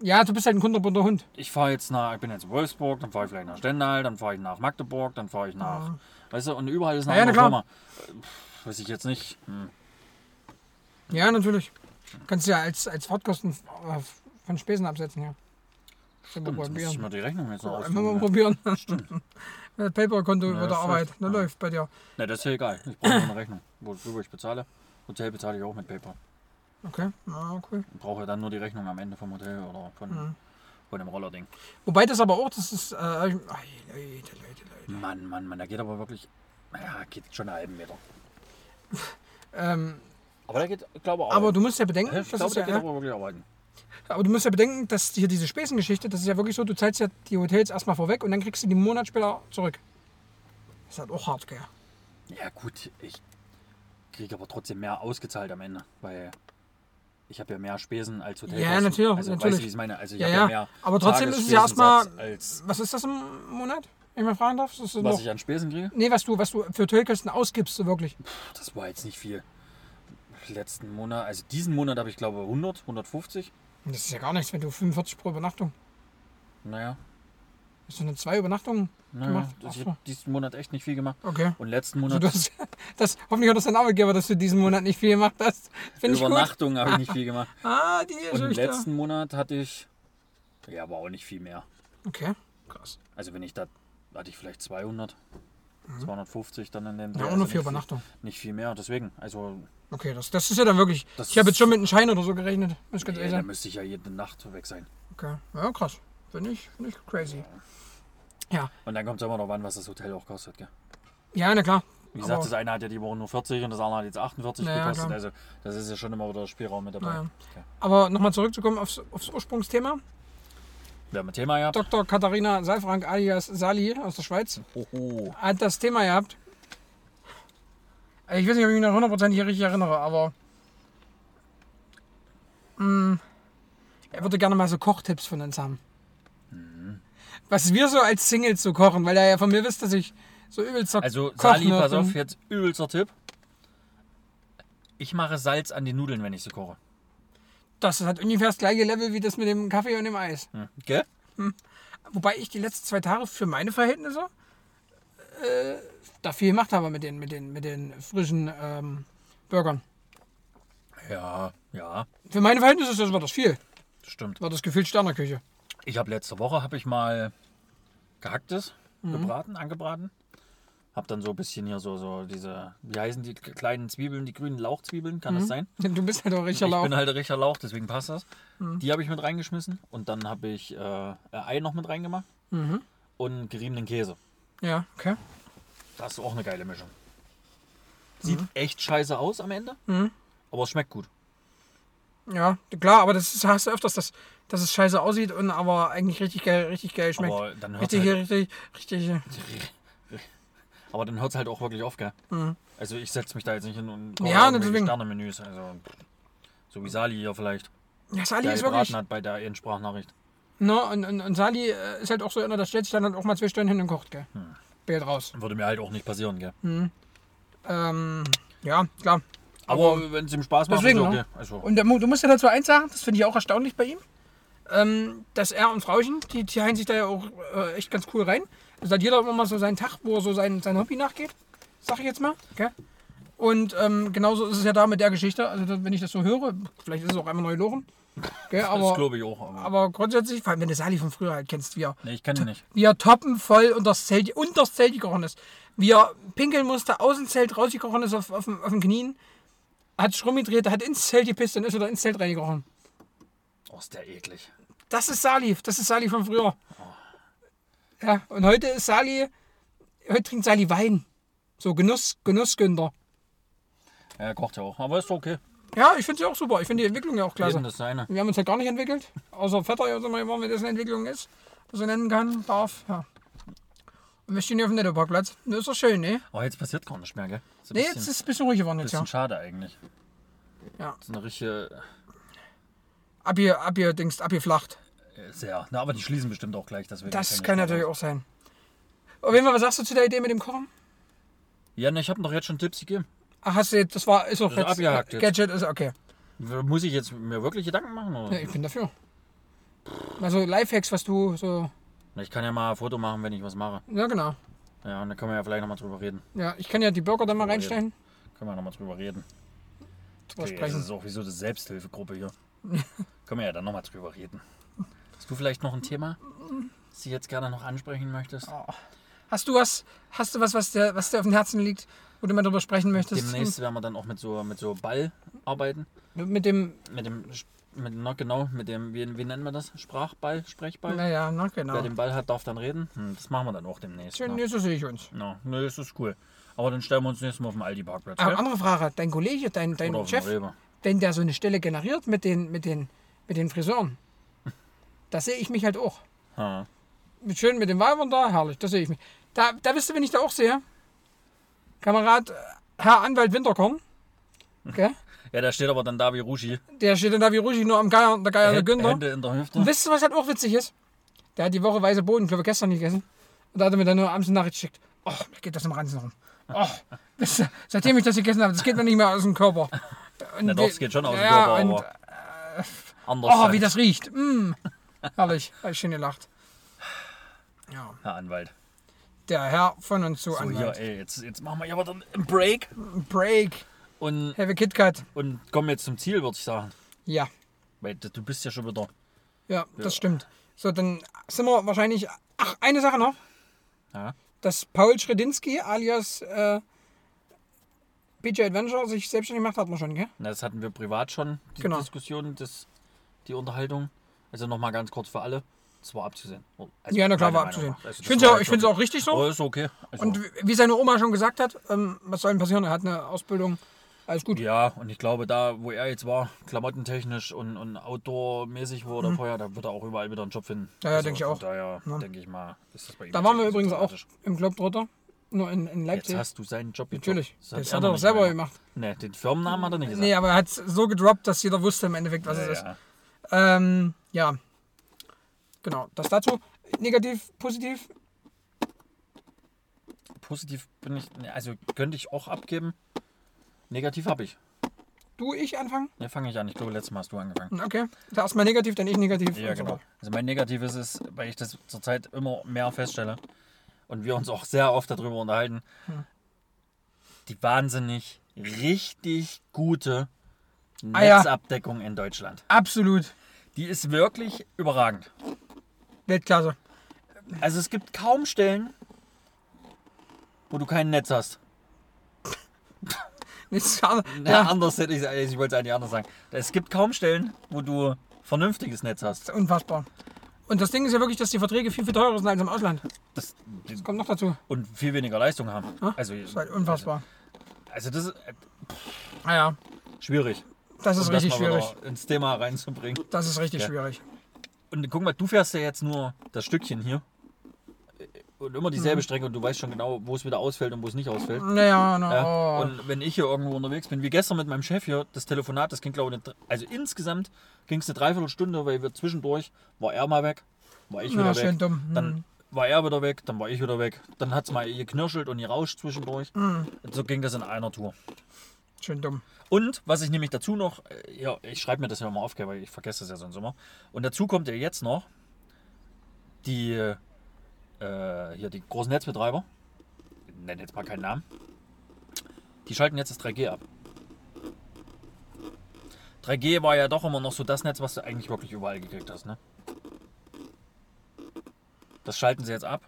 A: Ja, du bist halt ein kunterbunter Hund.
B: Ich fahre jetzt nach, ich bin jetzt in Wolfsburg, dann fahre ich vielleicht nach Stendal, dann fahre ich nach Magdeburg, dann fahre ich nach, weißt du, und überall ist eine
A: Ja, ja,
B: andere
A: na
B: Firma. Äh, Weiß ich jetzt nicht. Hm.
A: Ja, natürlich. Kannst du ja als, als Fahrtkosten äh, von Spesen absetzen, ja. Stimmt,
B: Stimmt, muss ich
A: probieren.
B: mal die Rechnung jetzt noch ne?
A: Einfach mal
B: ausdrucken.
A: probieren. Mit Paper-Konto über der
B: das
A: Arbeit.
B: läuft.
A: Na,
B: Ja.
A: läuft bei dir.
B: Ne, das ist ja egal. Ich brauche nur eine Rechnung, worüber ich bezahle. Hotel bezahle ich auch mit PayPal.
A: Okay, na, cool.
B: Ich brauche ja dann nur die Rechnung am Ende vom Hotel oder von,
A: Hm.
B: von dem Rollerding.
A: Wobei das aber auch, das ist. Äh, ei, Leute, Leute, Leute.
B: Mann, Mann, Mann, da geht aber wirklich, ja, geht schon einen halben Meter.
A: Ähm,
B: Aber da geht, glaube ich, auch.
A: aber du musst ja bedenken,
B: Ja,
A: das
B: ich glaube,
A: ist
B: da
A: ja, ne?
B: geht
A: ja,
B: aber wirklich arbeiten.
A: aber du musst ja bedenken, dass hier diese Spesengeschichte, das ist ja wirklich so, du zahlst ja die Hotels erstmal vorweg und dann kriegst du die einen Monat später zurück. Das ist halt auch hart, gell?
B: Ja gut, ich kriege aber trotzdem mehr ausgezahlt am Ende, weil ich habe ja mehr Spesen als Hotel.
A: Ja, natürlich,
B: Also weißt
A: natürlich.
B: du, wie ich meine? Also ich
A: Ja,
B: habe
A: ja.
B: ja mehr
A: Aber trotzdem ist es ja
B: Tagesspesensatz
A: erstmal-
B: als
A: Was ist das im Monat? Wenn ich mal fragen darf? Das ist
B: was
A: noch,
B: ich an Spesen kriege.
A: nee, was du, was du für Hotelkosten ausgibst, so wirklich.
B: Puh, Das war jetzt nicht viel. Letzten Monat, also diesen Monat habe ich glaube 100, 150.
A: Das ist ja gar nichts, wenn du 45 pro Übernachtung.
B: Naja,
A: Hast du nur zwei Übernachtungen
B: naja
A: gemacht?
B: ich
A: Ach
B: habe
A: so.
B: diesen Monat echt nicht viel gemacht.
A: Okay.
B: Und letzten
A: Also
B: Monat
A: du hast, das, hoffentlich hat das dein Arbeitgeber, dass du diesen Monat nicht viel gemacht hast. Finde ich gut.
B: Übernachtung habe ich nicht viel gemacht.
A: Ah, die
B: Und im
A: Geschichte.
B: letzten Monat hatte ich, ja, aber auch nicht viel mehr.
A: Okay. Krass.
B: Also wenn ich da, hatte ich vielleicht 200, 250 dann in dem
A: Mhm. Ja,
B: Dreh, Also
A: auch nur für
B: nicht viel-
A: Übernachtung.
B: Nicht viel mehr, deswegen. Also
A: Okay, das, das ist ja dann wirklich.
B: Das
A: ich habe jetzt
B: ist-
A: schon mit einem Schein oder so gerechnet. Muss ich ganz
B: nee,
A: ehrlich
B: da
A: sagen.
B: müsste ich ja jede Nacht weg sein.
A: Okay. Ja, krass. Finde ich, finde ich crazy. Ja.
B: Und dann kommt es immer noch an, was das Hotel auch kostet. Gell?
A: Ja, na klar.
B: Wie gesagt,
A: Aber-
B: das eine hat ja die Woche nur 40 und das andere hat jetzt 48
A: Naja,
B: gekostet.
A: klar.
B: Also das ist ja schon immer wieder Spielraum mit dabei.
A: Naja.
B: Okay.
A: Aber nochmal zurückzukommen aufs, aufs Ursprungsthema.
B: Wir haben ein Thema gehabt.
A: Dr. Katharina Seifrank alias Sali aus der Schweiz
B: Hoho.
A: hat das Thema gehabt. Also ich weiß nicht, ob ich mich noch hundertprozentig richtig erinnere, aber. mm, er würde gerne mal so Kochtipps von uns haben.
B: Mhm.
A: Was wir so als Singles so kochen, weil er ja von mir wisst, dass ich so ne? übelst
B: Also, Sali, pass auf, jetzt übelster Tipp. Ich mache Salz an die Nudeln, wenn ich sie koche.
A: Das hat ungefähr das gleiche Level wie das mit dem Kaffee und dem Eis.
B: Hm. Gell?
A: Wobei ich die letzten zwei Tage für meine Verhältnisse äh, da viel gemacht habe mit den, mit den, mit den frischen ähm, Burgern.
B: Ja, ja,
A: Für meine Verhältnisse ist das, war das viel.
B: stimmt.
A: War das gefühlt Sternerküche.
B: Ich habe letzte Woche habe ich mal gehacktes gebraten, angebraten. Hab dann so ein bisschen hier so, so diese, wie heißen die kleinen Zwiebeln, die grünen Lauchzwiebeln, kann das sein?
A: Du bist halt auch richtig
B: Ich
A: laut.
B: bin halt rechter Mhm. Lauch, Mhm. deswegen passt das. Die habe ich mit reingeschmissen und dann habe ich äh, Ei noch mit reingemacht und geriebenen Käse.
A: Ja, okay.
B: Das ist auch eine geile Mischung. Sieht echt scheiße aus am Ende, aber es schmeckt gut.
A: Ja, klar, aber das ist, hast du öfters, dass, dass es scheiße aussieht und aber eigentlich richtig geil, richtig geil schmeckt.
B: Aber dann hört's halt-
A: richtig, richtig, richtig,
B: Aber dann hört es halt auch wirklich auf, gell? Also ich setze mich da jetzt nicht hin und
A: Mhm. Ja,
B: irgendwelche
A: deswegen.
B: Sternemenüs. Also, so wie Sali hier vielleicht,
A: Ja, Sali
B: der
A: ist wirklich.
B: gebraten hat bei der ihren Sprachnachricht.
A: Ne, und, und, und Sali äh, ist halt auch so einer, der stellt sich dann halt auch mal zwei Stunden hin und kocht, gell?
B: Hm.
A: Bild raus.
B: Würde mir halt auch nicht passieren, gell?
A: Mhm. Ähm, ja, klar.
B: Aber wenn es ihm Spaß macht,
A: Deswegen,
B: ist okay.
A: ne?
B: Also,
A: Und der Mo, du musst ja dazu eins sagen, das finde ich auch erstaunlich bei ihm, ähm, dass er und Frauchen, die teilen sich da ja auch äh, echt ganz cool rein. Also da hat jeder immer mal so seinen Tag, wo er so sein, sein Hobby nachgeht, sag ich jetzt mal. Okay. Und ähm, genauso ist es ja da mit der Geschichte. Also da- wenn ich das so höre, vielleicht ist es auch einmal neu loren. Okay,
B: das
A: aber,
B: glaube ich auch. Aber
A: aber grundsätzlich, vor allem wenn du Sali von früher halt kennst, wie er,
B: nee, ich kenne ihn nicht.
A: wie er toppenvoll unter das Zelt, unter das Zelt gekrochen ist. Wie er pinkeln musste, aus dem Zelt rausgekrochen ist auf, auf, dem- auf den Knien, hat sich rumgedreht, hat ins Zelt gepisst und ist wieder ins Zelt reingekrochen.
B: Oh, ist der eklig.
A: Das ist Salif, das ist Salif von früher. Ja, und heute ist Sali, heute trinkt Sali Wein. So Genuss, Genussgünder.
B: Ja, Er kocht ja auch, aber ist okay.
A: Ja, ich finde sie auch super. Ich finde die Entwicklung ja auch klasse.
B: Jedem das seine.
A: Wir haben uns halt gar nicht entwickelt. Außer Vetter, ja, sind wir geworden, wie dessen Entwicklung ist, was er nennen kann, darf. Ja. Und wir stehen hier auf dem Nettoparkplatz. Das ist doch schön, ne?
B: Aber jetzt passiert gar nicht mehr, gell? Ist ein
A: Nee,
B: bisschen,
A: jetzt ist es ein bisschen ruhig geworden jetzt,
B: bisschen
A: ja.
B: schade eigentlich.
A: Ja.
B: Das ist eine richtige.
A: Ab hier, ab hier, Dings, ab hier flacht.
B: äh, Sehr. Na, aber die schließen bestimmt auch gleich, deswegen.
A: Das
B: ich
A: kann
B: nicht
A: natürlich
B: mehr raus.
A: auch sein. Auf jeden Fall, was sagst du zu der Idee mit dem Kochen?
B: Ja, ne, ich habe doch jetzt schon Tipps gegeben.
A: Ach, hast du jetzt, das war, ist auch
B: Ist abgehakt jetzt.
A: Gadget ist okay.
B: Muss ich jetzt mir wirklich Gedanken machen? Oder?
A: Ja, ich bin dafür. Also Lifehacks, was du so,
B: Na, Ich kann ja mal ein Foto machen, wenn ich was mache.
A: ja genau.
B: Ja, und dann können wir ja vielleicht nochmal drüber reden.
A: Ja, ich kann ja die Burger
B: Oh,
A: dann mal reinstellen.
B: Können wir nochmal drüber reden.
A: Drüber
B: Okay, das
A: sprechen.
B: ist auch wie so eine Selbsthilfegruppe hier. können wir ja dann nochmal drüber reden. Hast du vielleicht noch ein Thema, das du jetzt gerne noch ansprechen möchtest?
A: Ah. Hast du was, hast du was, was dir, was dir auf dem Herzen liegt, wo du mal drüber sprechen möchtest?
B: Demnächst werden wir dann auch mit so, mit so Ball arbeiten.
A: Mit dem,
B: Mit dem, Sch- mit, na, genau, mit dem, wie, wie nennen wir das? Sprachball, Sprechball?
A: naja, na
B: Wer
A: genau.
B: den Ball hat, darf dann reden. Hm, das machen wir dann auch demnächst.
A: Schön,
B: ne?
A: nee, so sehe ich uns.
B: Ja, ne, das ist cool. Aber dann stellen wir uns nächstes Mal auf dem Aldi-Parkplatz.
A: Aber
B: gell?
A: Ah, andere Frage, dein Kollege, dein,
B: Oder
A: dein
B: auf dem
A: Chef,
B: Rewe.
A: wenn der so eine Stelle generiert mit den, mit den, mit den Friseuren, da sehe ich mich halt auch.
B: Ha.
A: Mit schön mit den Weibern da, herrlich, da sehe ich mich. Da, da wisst ihr, wenn ich da auch sehe. Kamerad äh, Herr Anwalt Winterkorn, gell?
B: Ja, da steht aber dann da wie Ruschi.
A: der steht dann da wie ruhig nur am Geier, der Geier der
B: Hä-
A: Günther.
B: Hände in der
A: Und
B: Hüfte.
A: wisst ihr, was halt auch witzig ist? Der hat die Woche weiße Bohnen, glaube ich, gestern nicht gegessen. Und da hat er mir dann nur abends eine Nachricht geschickt. Oh, mir geht das im Ranzen rum. Oh, wisst ihr, seitdem ich das gegessen habe, das geht mir nicht mehr aus dem Körper. Und
B: Na doch,
A: die-
B: es geht schon aus dem
A: ja,
B: Körper,
A: und,
B: aber anders. halt.
A: Oh, wie
B: als
A: das riecht. Mm. Herrlich, habe ich schön gelacht. Ja,
B: Herr Anwalt.
A: der Herr von uns zu
B: So, hier,
A: Oh, Anwalt.
B: ey, jetzt, jetzt machen wir hier aber dann einen Break
A: Break,
B: und,
A: Heavy KitKat.
B: und kommen jetzt zum Ziel, würde ich sagen.
A: Ja,
B: Weil du du bist ja schon wieder.
A: ja, das stimmt. So, dann sind wir wahrscheinlich... Ach, eine Sache noch.
B: Ja?
A: dass Paul Schredinski alias äh, BJ Adventure sich selbstständig gemacht hat, man schon, gell?
B: Na, das hatten wir privat schon, die
A: Genau.
B: Diskussion, das, die Unterhaltung. Also nochmal ganz kurz für alle. Es war abzusehen. Also
A: Ja, na klar,
B: meiner
A: war
B: Meinung
A: abzusehen.
B: nach. Also
A: Ich
B: das
A: find's
B: war
A: ja-
B: halt
A: ich find's
B: so-
A: auch richtig so.
B: Aber ist okay. Also,
A: Und wie seine Oma schon gesagt hat, ähm, was soll denn passieren? Er hat eine Ausbildung, alles gut.
B: Ja, und ich glaube, da, wo er jetzt war, klamottentechnisch und, und outdoor-mäßig, wo er da vorher, da wird er auch überall wieder einen Job finden.
A: Mhm.
B: Also
A: Ja, ja, denke ich
B: von
A: auch.
B: Daher denke ich mal, ist das bei ihm
A: Da
B: jetzt
A: waren wir
B: nicht so
A: übrigens auch
B: dramatisch.
A: im Globetrotter. nur in, in Leipzig.
B: Jetzt hast du seinen Job gedroppt.
A: Natürlich. Das
B: hat er
A: hat
B: noch
A: er doch
B: nicht
A: selber
B: mehr
A: gemacht.
B: Nee, den Firmennamen hat er nicht gesagt.
A: Nee, also aber er hat es so gedroppt, dass jeder wusste im Endeffekt, was
B: Ja,
A: es ist.
B: ja.
A: Ähm, ja. Genau, das dazu. Negativ, positiv.
B: Positiv bin ich, nee, also könnte ich auch abgeben. Negativ habe ich.
A: Du, ich anfangen?
B: Ne, fange ich an. Ich glaube, letztes Mal hast du angefangen.
A: Okay. Da erstmal negativ, dann ich negativ.
B: Ja,
A: und so
B: genau.
A: weiter.
B: Also mein Negatives ist, weil ich das zurzeit immer mehr feststelle und wir uns auch sehr oft darüber unterhalten,
A: Hm.
B: die wahnsinnig richtig gute
A: Ah ja.
B: Netzabdeckung in Deutschland.
A: Absolut.
B: Die ist wirklich überragend.
A: Weltklasse.
B: Also es gibt kaum Stellen, wo du kein Netz hast.
A: Nichts anderes.
B: Na,
A: Ja,
B: anders hätte ich also ich wollte es eigentlich anders sagen. Es gibt kaum Stellen, wo du vernünftiges Netz hast.
A: ist unfassbar. Und das Ding ist ja wirklich, dass die Verträge viel, viel teurer sind als im Ausland.
B: Das,
A: Das kommt noch dazu.
B: und viel weniger Leistung haben.
A: Ja,
B: Also,
A: Das ist halt unfassbar.
B: Also das ist äh,
A: Naja,
B: schwierig.
A: das ist
B: um
A: richtig
B: das mal
A: schwierig.
B: wieder ins Thema reinzubringen.
A: Das ist richtig
B: Ja.
A: schwierig.
B: Und guck mal, du fährst ja jetzt nur das Stückchen hier. Und immer
A: Mhm.
B: dieselbe Strecke und du weißt schon genau, wo es wieder ausfällt und wo es nicht ausfällt.
A: Naja, na,
B: Ja,
A: oh.
B: und wenn ich hier irgendwo unterwegs bin, wie gestern mit meinem Chef hier, das Telefonat, das ging glaube ich, eine, Dr- also insgesamt ging es eine Dreiviertelstunde, weil wir zwischendurch, war er mal weg, war ich
A: Na,
B: wieder
A: schön
B: weg,
A: dumm. Hm.
B: dann war er wieder weg, dann war ich wieder weg, dann hat es mal geknirschelt und gerauscht zwischendurch.
A: Mhm.
B: So ging das in einer Tour.
A: Schön dumm.
B: Und was ich nämlich dazu noch, äh, ja, ich schreibe mir das ja immer auf, gell, weil ich vergesse das ja sonst immer. Und dazu kommt ja jetzt noch die, äh, hier die großen Netzbetreiber, ich nenne jetzt mal keinen Namen, die schalten jetzt das 3G ab. 3G war ja doch immer noch so das Netz, was du eigentlich wirklich überall gekriegt hast, ne? Das schalten sie jetzt ab,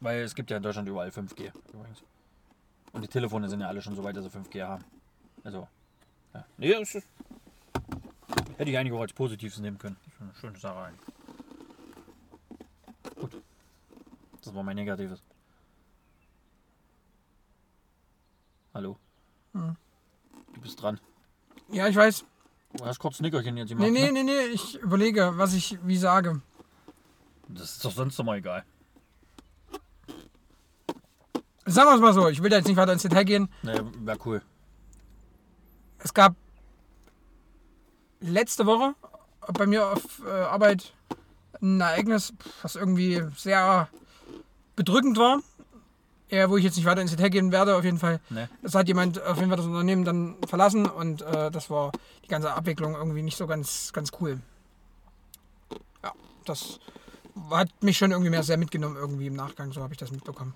B: weil es gibt ja in Deutschland überall 5G übrigens. Und die Telefone sind ja alle schon so weit, dass sie 5G haben. Also, ja. Nee, es ist, hätte ich eigentlich auch als Positives nehmen können. Das ist eine schöne Sache eigentlich. Gut. Das war mein Negatives. Hallo.
A: Hm.
B: Du bist dran.
A: Ja, ich weiß.
B: Du hast kurz ein Nickerchen jetzt gemacht.
A: Nee, nee, nee,
B: ne?
A: nee. Ich überlege, was ich wie sage.
B: Das ist doch sonst immer egal.
A: Sagen wir es mal so. Ich will da jetzt nicht weiter ins Detail gehen.
B: Nee, wäre cool.
A: Es gab letzte Woche bei mir auf äh, Arbeit ein Ereignis, was irgendwie sehr bedrückend war. Ja, wo ich jetzt nicht weiter ins Detail gehen werde, auf jeden Fall.
B: Nee.
A: Es hat jemand auf jeden Fall das Unternehmen dann verlassen und äh, das war die ganze Abwicklung irgendwie nicht so ganz, ganz cool. Ja, das hat mich schon irgendwie mehr sehr mitgenommen, irgendwie im Nachgang, so habe ich das mitbekommen.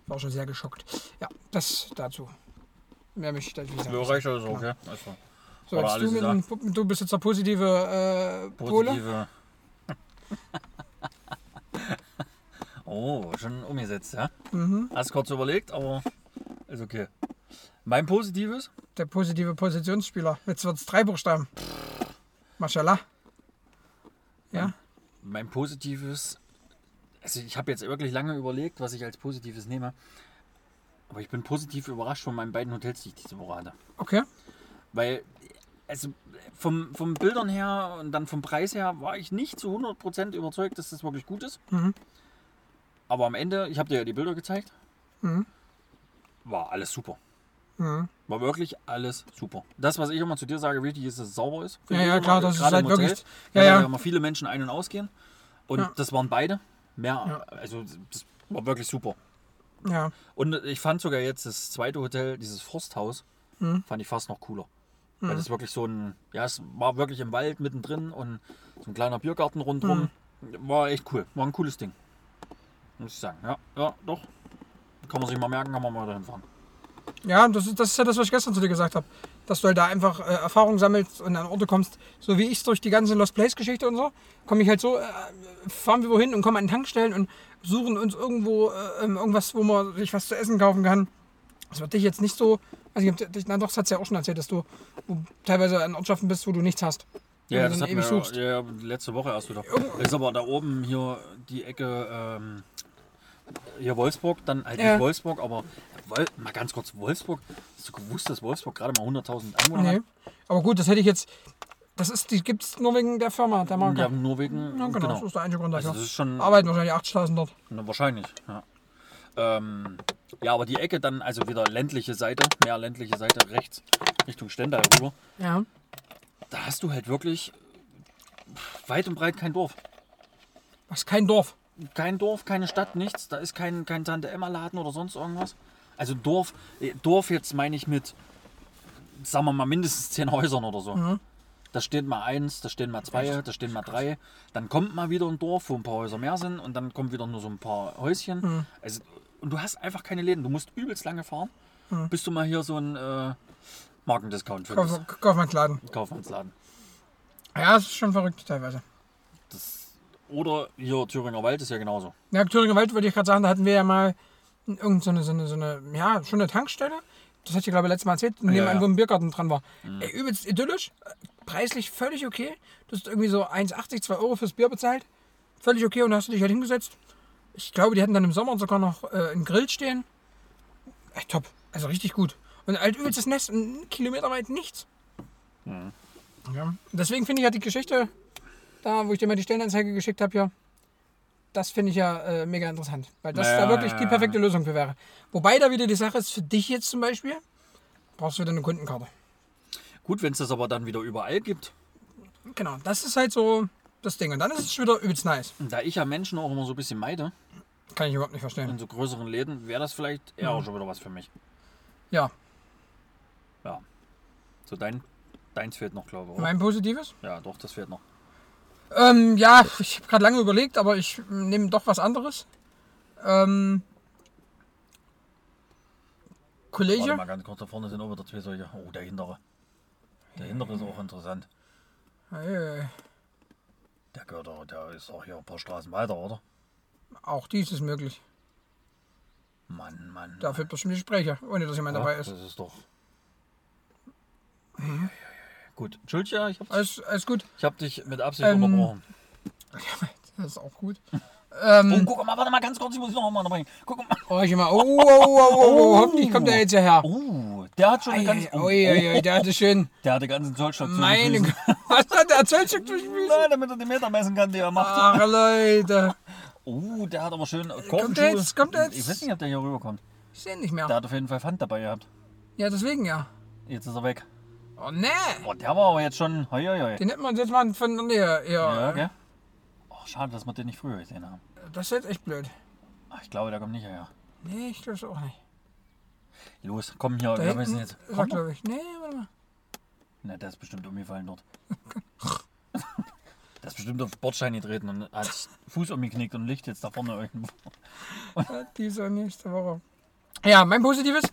A: Ich war schon sehr geschockt. Ja, das dazu. Mehr möchte ich da nicht sagen.
B: Ja, reicht also, okay. Also,
A: So,
B: Aber
A: jetzt
B: alles
A: du, mit,
B: gesagt.
A: dem- du bist jetzt der positive äh, Pole.
B: positive. oh, schon umgesetzt, ja?
A: Mhm.
B: Hast kurz überlegt, aber ist okay. Mein Positives?
A: Der positive Positionsspieler. Jetzt wird es drei Buchstaben. Mashallah. Ja,
B: Mein Positives. Also ich habe jetzt wirklich lange überlegt, was ich als Positives nehme. Aber ich bin positiv überrascht von meinen beiden Hotels, die ich diese Woche hatte.
A: okay.
B: Weil, also vom, vom Bildern her und dann vom Preis her war ich nicht zu 100% überzeugt, dass das wirklich gut ist.
A: Mhm.
B: Aber am Ende, ich habe dir ja die Bilder gezeigt,
A: Mhm.
B: war alles super.
A: Mhm.
B: War wirklich alles super. Das, was ich immer zu dir sage, wichtig ist, dass es sauber ist. Finde
A: Ja,
B: ich
A: ja,
B: immer,
A: klar, das ist
B: gerade
A: halt
B: im Hotel.
A: wirklich-
B: Ja,
A: ja,
B: ja.
A: ja.
B: Da immer viele Menschen ein- und ausgehen. Und
A: Ja.
B: das waren beide. Mehr,
A: Ja.
B: also das war wirklich super.
A: Ja,
B: Und ich fand sogar jetzt das zweite Hotel, dieses Forsthaus,
A: Mhm.
B: fand ich fast noch cooler. Weil
A: Hm.
B: das wirklich so ein, ja, es war wirklich im Wald mittendrin und so ein kleiner Biergarten rundherum.
A: Hm.
B: War echt cool. War ein cooles Ding. Muss ich sagen. Ja, ja, doch. Kann man sich mal merken, kann man mal dahin fahren.
A: ja das, ist, das ist ja das, was ich gestern zu dir gesagt habe. Dass du halt da einfach äh, Erfahrung sammelst und an Orte kommst. So wie ich es durch die ganze Lost Place Geschichte und so, komme ich halt so, äh, fahren wir wohin und kommen an Tankstellen und suchen uns irgendwo äh, ähm, irgendwas, wo man sich was zu essen kaufen kann. Das wird dich jetzt nicht so, also ich hab dich, na doch, das hat ja auch schon erzählt, dass du wo teilweise an Ortschaften bist, wo du nichts hast. Wenn
B: Ja,
A: du
B: das
A: dann
B: hat
A: ewig
B: mir,
A: suchst.
B: ja, letzte Woche erst wieder.
A: Oh.
B: Ist aber da oben hier die Ecke, ähm, hier Wolfsburg, dann halt
A: Ja.
B: nicht Wolfsburg, aber Wol mal ganz kurz Wolfsburg. Hast du gewusst, dass Wolfsburg gerade mal 100.000 Einwohner
A: Nee.
B: hat?
A: Aber gut, das hätte ich jetzt, das ist, die gibt es nur wegen der Firma, der Marke.
B: Ja,
A: Ja,
B: nur wegen.
A: genau,
B: genau.
A: das ist der einzige Grund
B: Also
A: dafür.
B: das ist schon-
A: Arbeiten wahrscheinlich 8 Straßen dort.
B: Na, wahrscheinlich, ja. Ähm, ja, aber die Ecke dann, also wieder ländliche Seite, mehr ländliche Seite rechts, Richtung Stendal rüber.
A: Ja.
B: Da hast du halt wirklich weit und breit kein Dorf.
A: Was kein Dorf.
B: Kein Dorf, keine Stadt, nichts. Da ist kein, kein Tante-Emma-Laden oder sonst irgendwas. Also Dorf, äh, Dorf jetzt meine ich mit, sagen wir mal, mindestens zehn Häusern oder so. Da steht mal eins, da stehen mal zwei, da stehen mal drei. Dann kommt mal wieder ein Dorf, wo ein paar Häuser mehr sind und dann kommen wieder nur so ein paar Häuschen. Also, und du hast einfach keine Läden. Du musst übelst lange fahren, bis du mal hier so einen äh, Markendiscount findest.
A: Kauf, Kaufmannsladen.
B: Kaufmannsladen.
A: Ja, das ist schon verrückt teilweise.
B: Das, oder hier Thüringer Wald ist ja genauso.
A: Ja, Thüringer Wald wollte ich gerade sagen, da hatten wir ja mal irgendeine so eine, so eine, so eine, ja, schon eine Tankstelle. Das hatte ich, glaube ich, letztes Mal erzählt, nebenan,
B: ja. Mhm.
A: wo ein Biergarten dran war. Ey, übelst idyllisch, äh, preislich völlig okay. Du hast irgendwie so 1,80, 2 Euro fürs Bier bezahlt. Völlig okay und da hast du dich halt hingesetzt. Ich glaube, die hatten dann im Sommer sogar noch äh, einen Grill stehen. Echt top, also richtig gut. Und halt übelstes Nest, ein Kilometer weit nichts. Ja. Deswegen finde ich ja die Geschichte, da wo ich dir mal die Stellenanzeige geschickt habe, ja, das finde ich ja äh, mega interessant, weil das
B: Ja,
A: da wirklich
B: ja,
A: die
B: ja.
A: perfekte Lösung für wäre. Wobei da wieder die Sache ist, für dich jetzt zum Beispiel, brauchst du wieder eine Kundenkarte.
B: Gut, wenn es das aber dann wieder überall gibt.
A: Genau, das ist halt so das Ding. Und dann ist es schon wieder übelst nice.
B: Und Da ich ja Menschen auch immer so ein bisschen meide,
A: Kann ich überhaupt nicht
B: in
A: verstehen.
B: so größeren Läden, wäre das vielleicht
A: Mhm.
B: eher auch schon wieder was für mich.
A: Ja,
B: Ja. So dein, deins fehlt noch, glaube ich. oder?
A: mein Positives?
B: Ja, doch, das fehlt noch.
A: Ähm, ja, ich habe gerade lange überlegt, aber ich nehme doch was anderes. Ähm,
B: Warte
A: Kollege?
B: mal ganz kurz, da vorne sind auch wieder zwei solche. Oh, der hintere. Der hintere ist
A: Mhm.
B: auch interessant.
A: Äh,
B: Der gehört auch, der ist auch hier ein paar Straßen weiter, oder?
A: auch dies ist möglich.
B: Mann, Mann.
A: Da führt bestimmt Gespräche, ohne dass jemand
B: ja,
A: dabei ist.
B: Das ist doch.
A: Mhm.
B: Gut, Entschuldigung, ich habe
A: Alles, alles gut.
B: ich hab dich mit Absicht
A: Ähm,
B: unterbrochen.
A: Das ist auch gut.
B: Oh,
A: Ähm,
B: guck mal, warte mal ganz kurz, ich muss noch mal dabei. Guck mal.
A: oh, ich immer, oh, oh, oh, oh, oh, hoffentlich kommt der jetzt hierher.
B: Oh, der hat schon eine ganz.
A: Ei, Ui, ui, ui, der hatte schön.
B: Der hat die ganzen Zollstation.
A: Meine Güte, was hat der Zollstück durchgewiesen?
B: Nein, damit er die Meter messen kann, die er macht.
A: Ach, Leute.
B: Oh, der hat aber schön
A: der jetzt? Ah. Kommt der jetzt?
B: Ich weiß nicht, ob der hier rüberkommt.
A: Ich sehe nicht
B: Der
A: mehr.
B: hat auf jeden Fall Pfand dabei gehabt.
A: Ja, deswegen ja.
B: Jetzt ist er weg.
A: Oh, nee.
B: Boah, der war aber jetzt schon. Hoi, hoi, hoi.
A: Den hätten wir uns jetzt mal von der Nähe.
B: Ja,
A: Ja,
B: gell? Oh, schade, dass wir den nicht früher gesehen haben.
A: das ist jetzt echt blöd.
B: Ach, ich glaube, der kommt nicht hierher.
A: Nee, ich glaube es auch nicht.
B: Los, komm hier,
A: Da
B: wir
A: hinten
B: müssen
A: ist
B: jetzt.
A: er,
B: Kommt er?
A: glaube ich. Nee, warte mal.
B: Na, der ist bestimmt umgefallen dort. der ist bestimmt auf den Bordstein getreten und hat Fuß umgeknickt und liegt jetzt da vorne irgendwo.
A: Diese nächste Woche. Ja, mein Positives.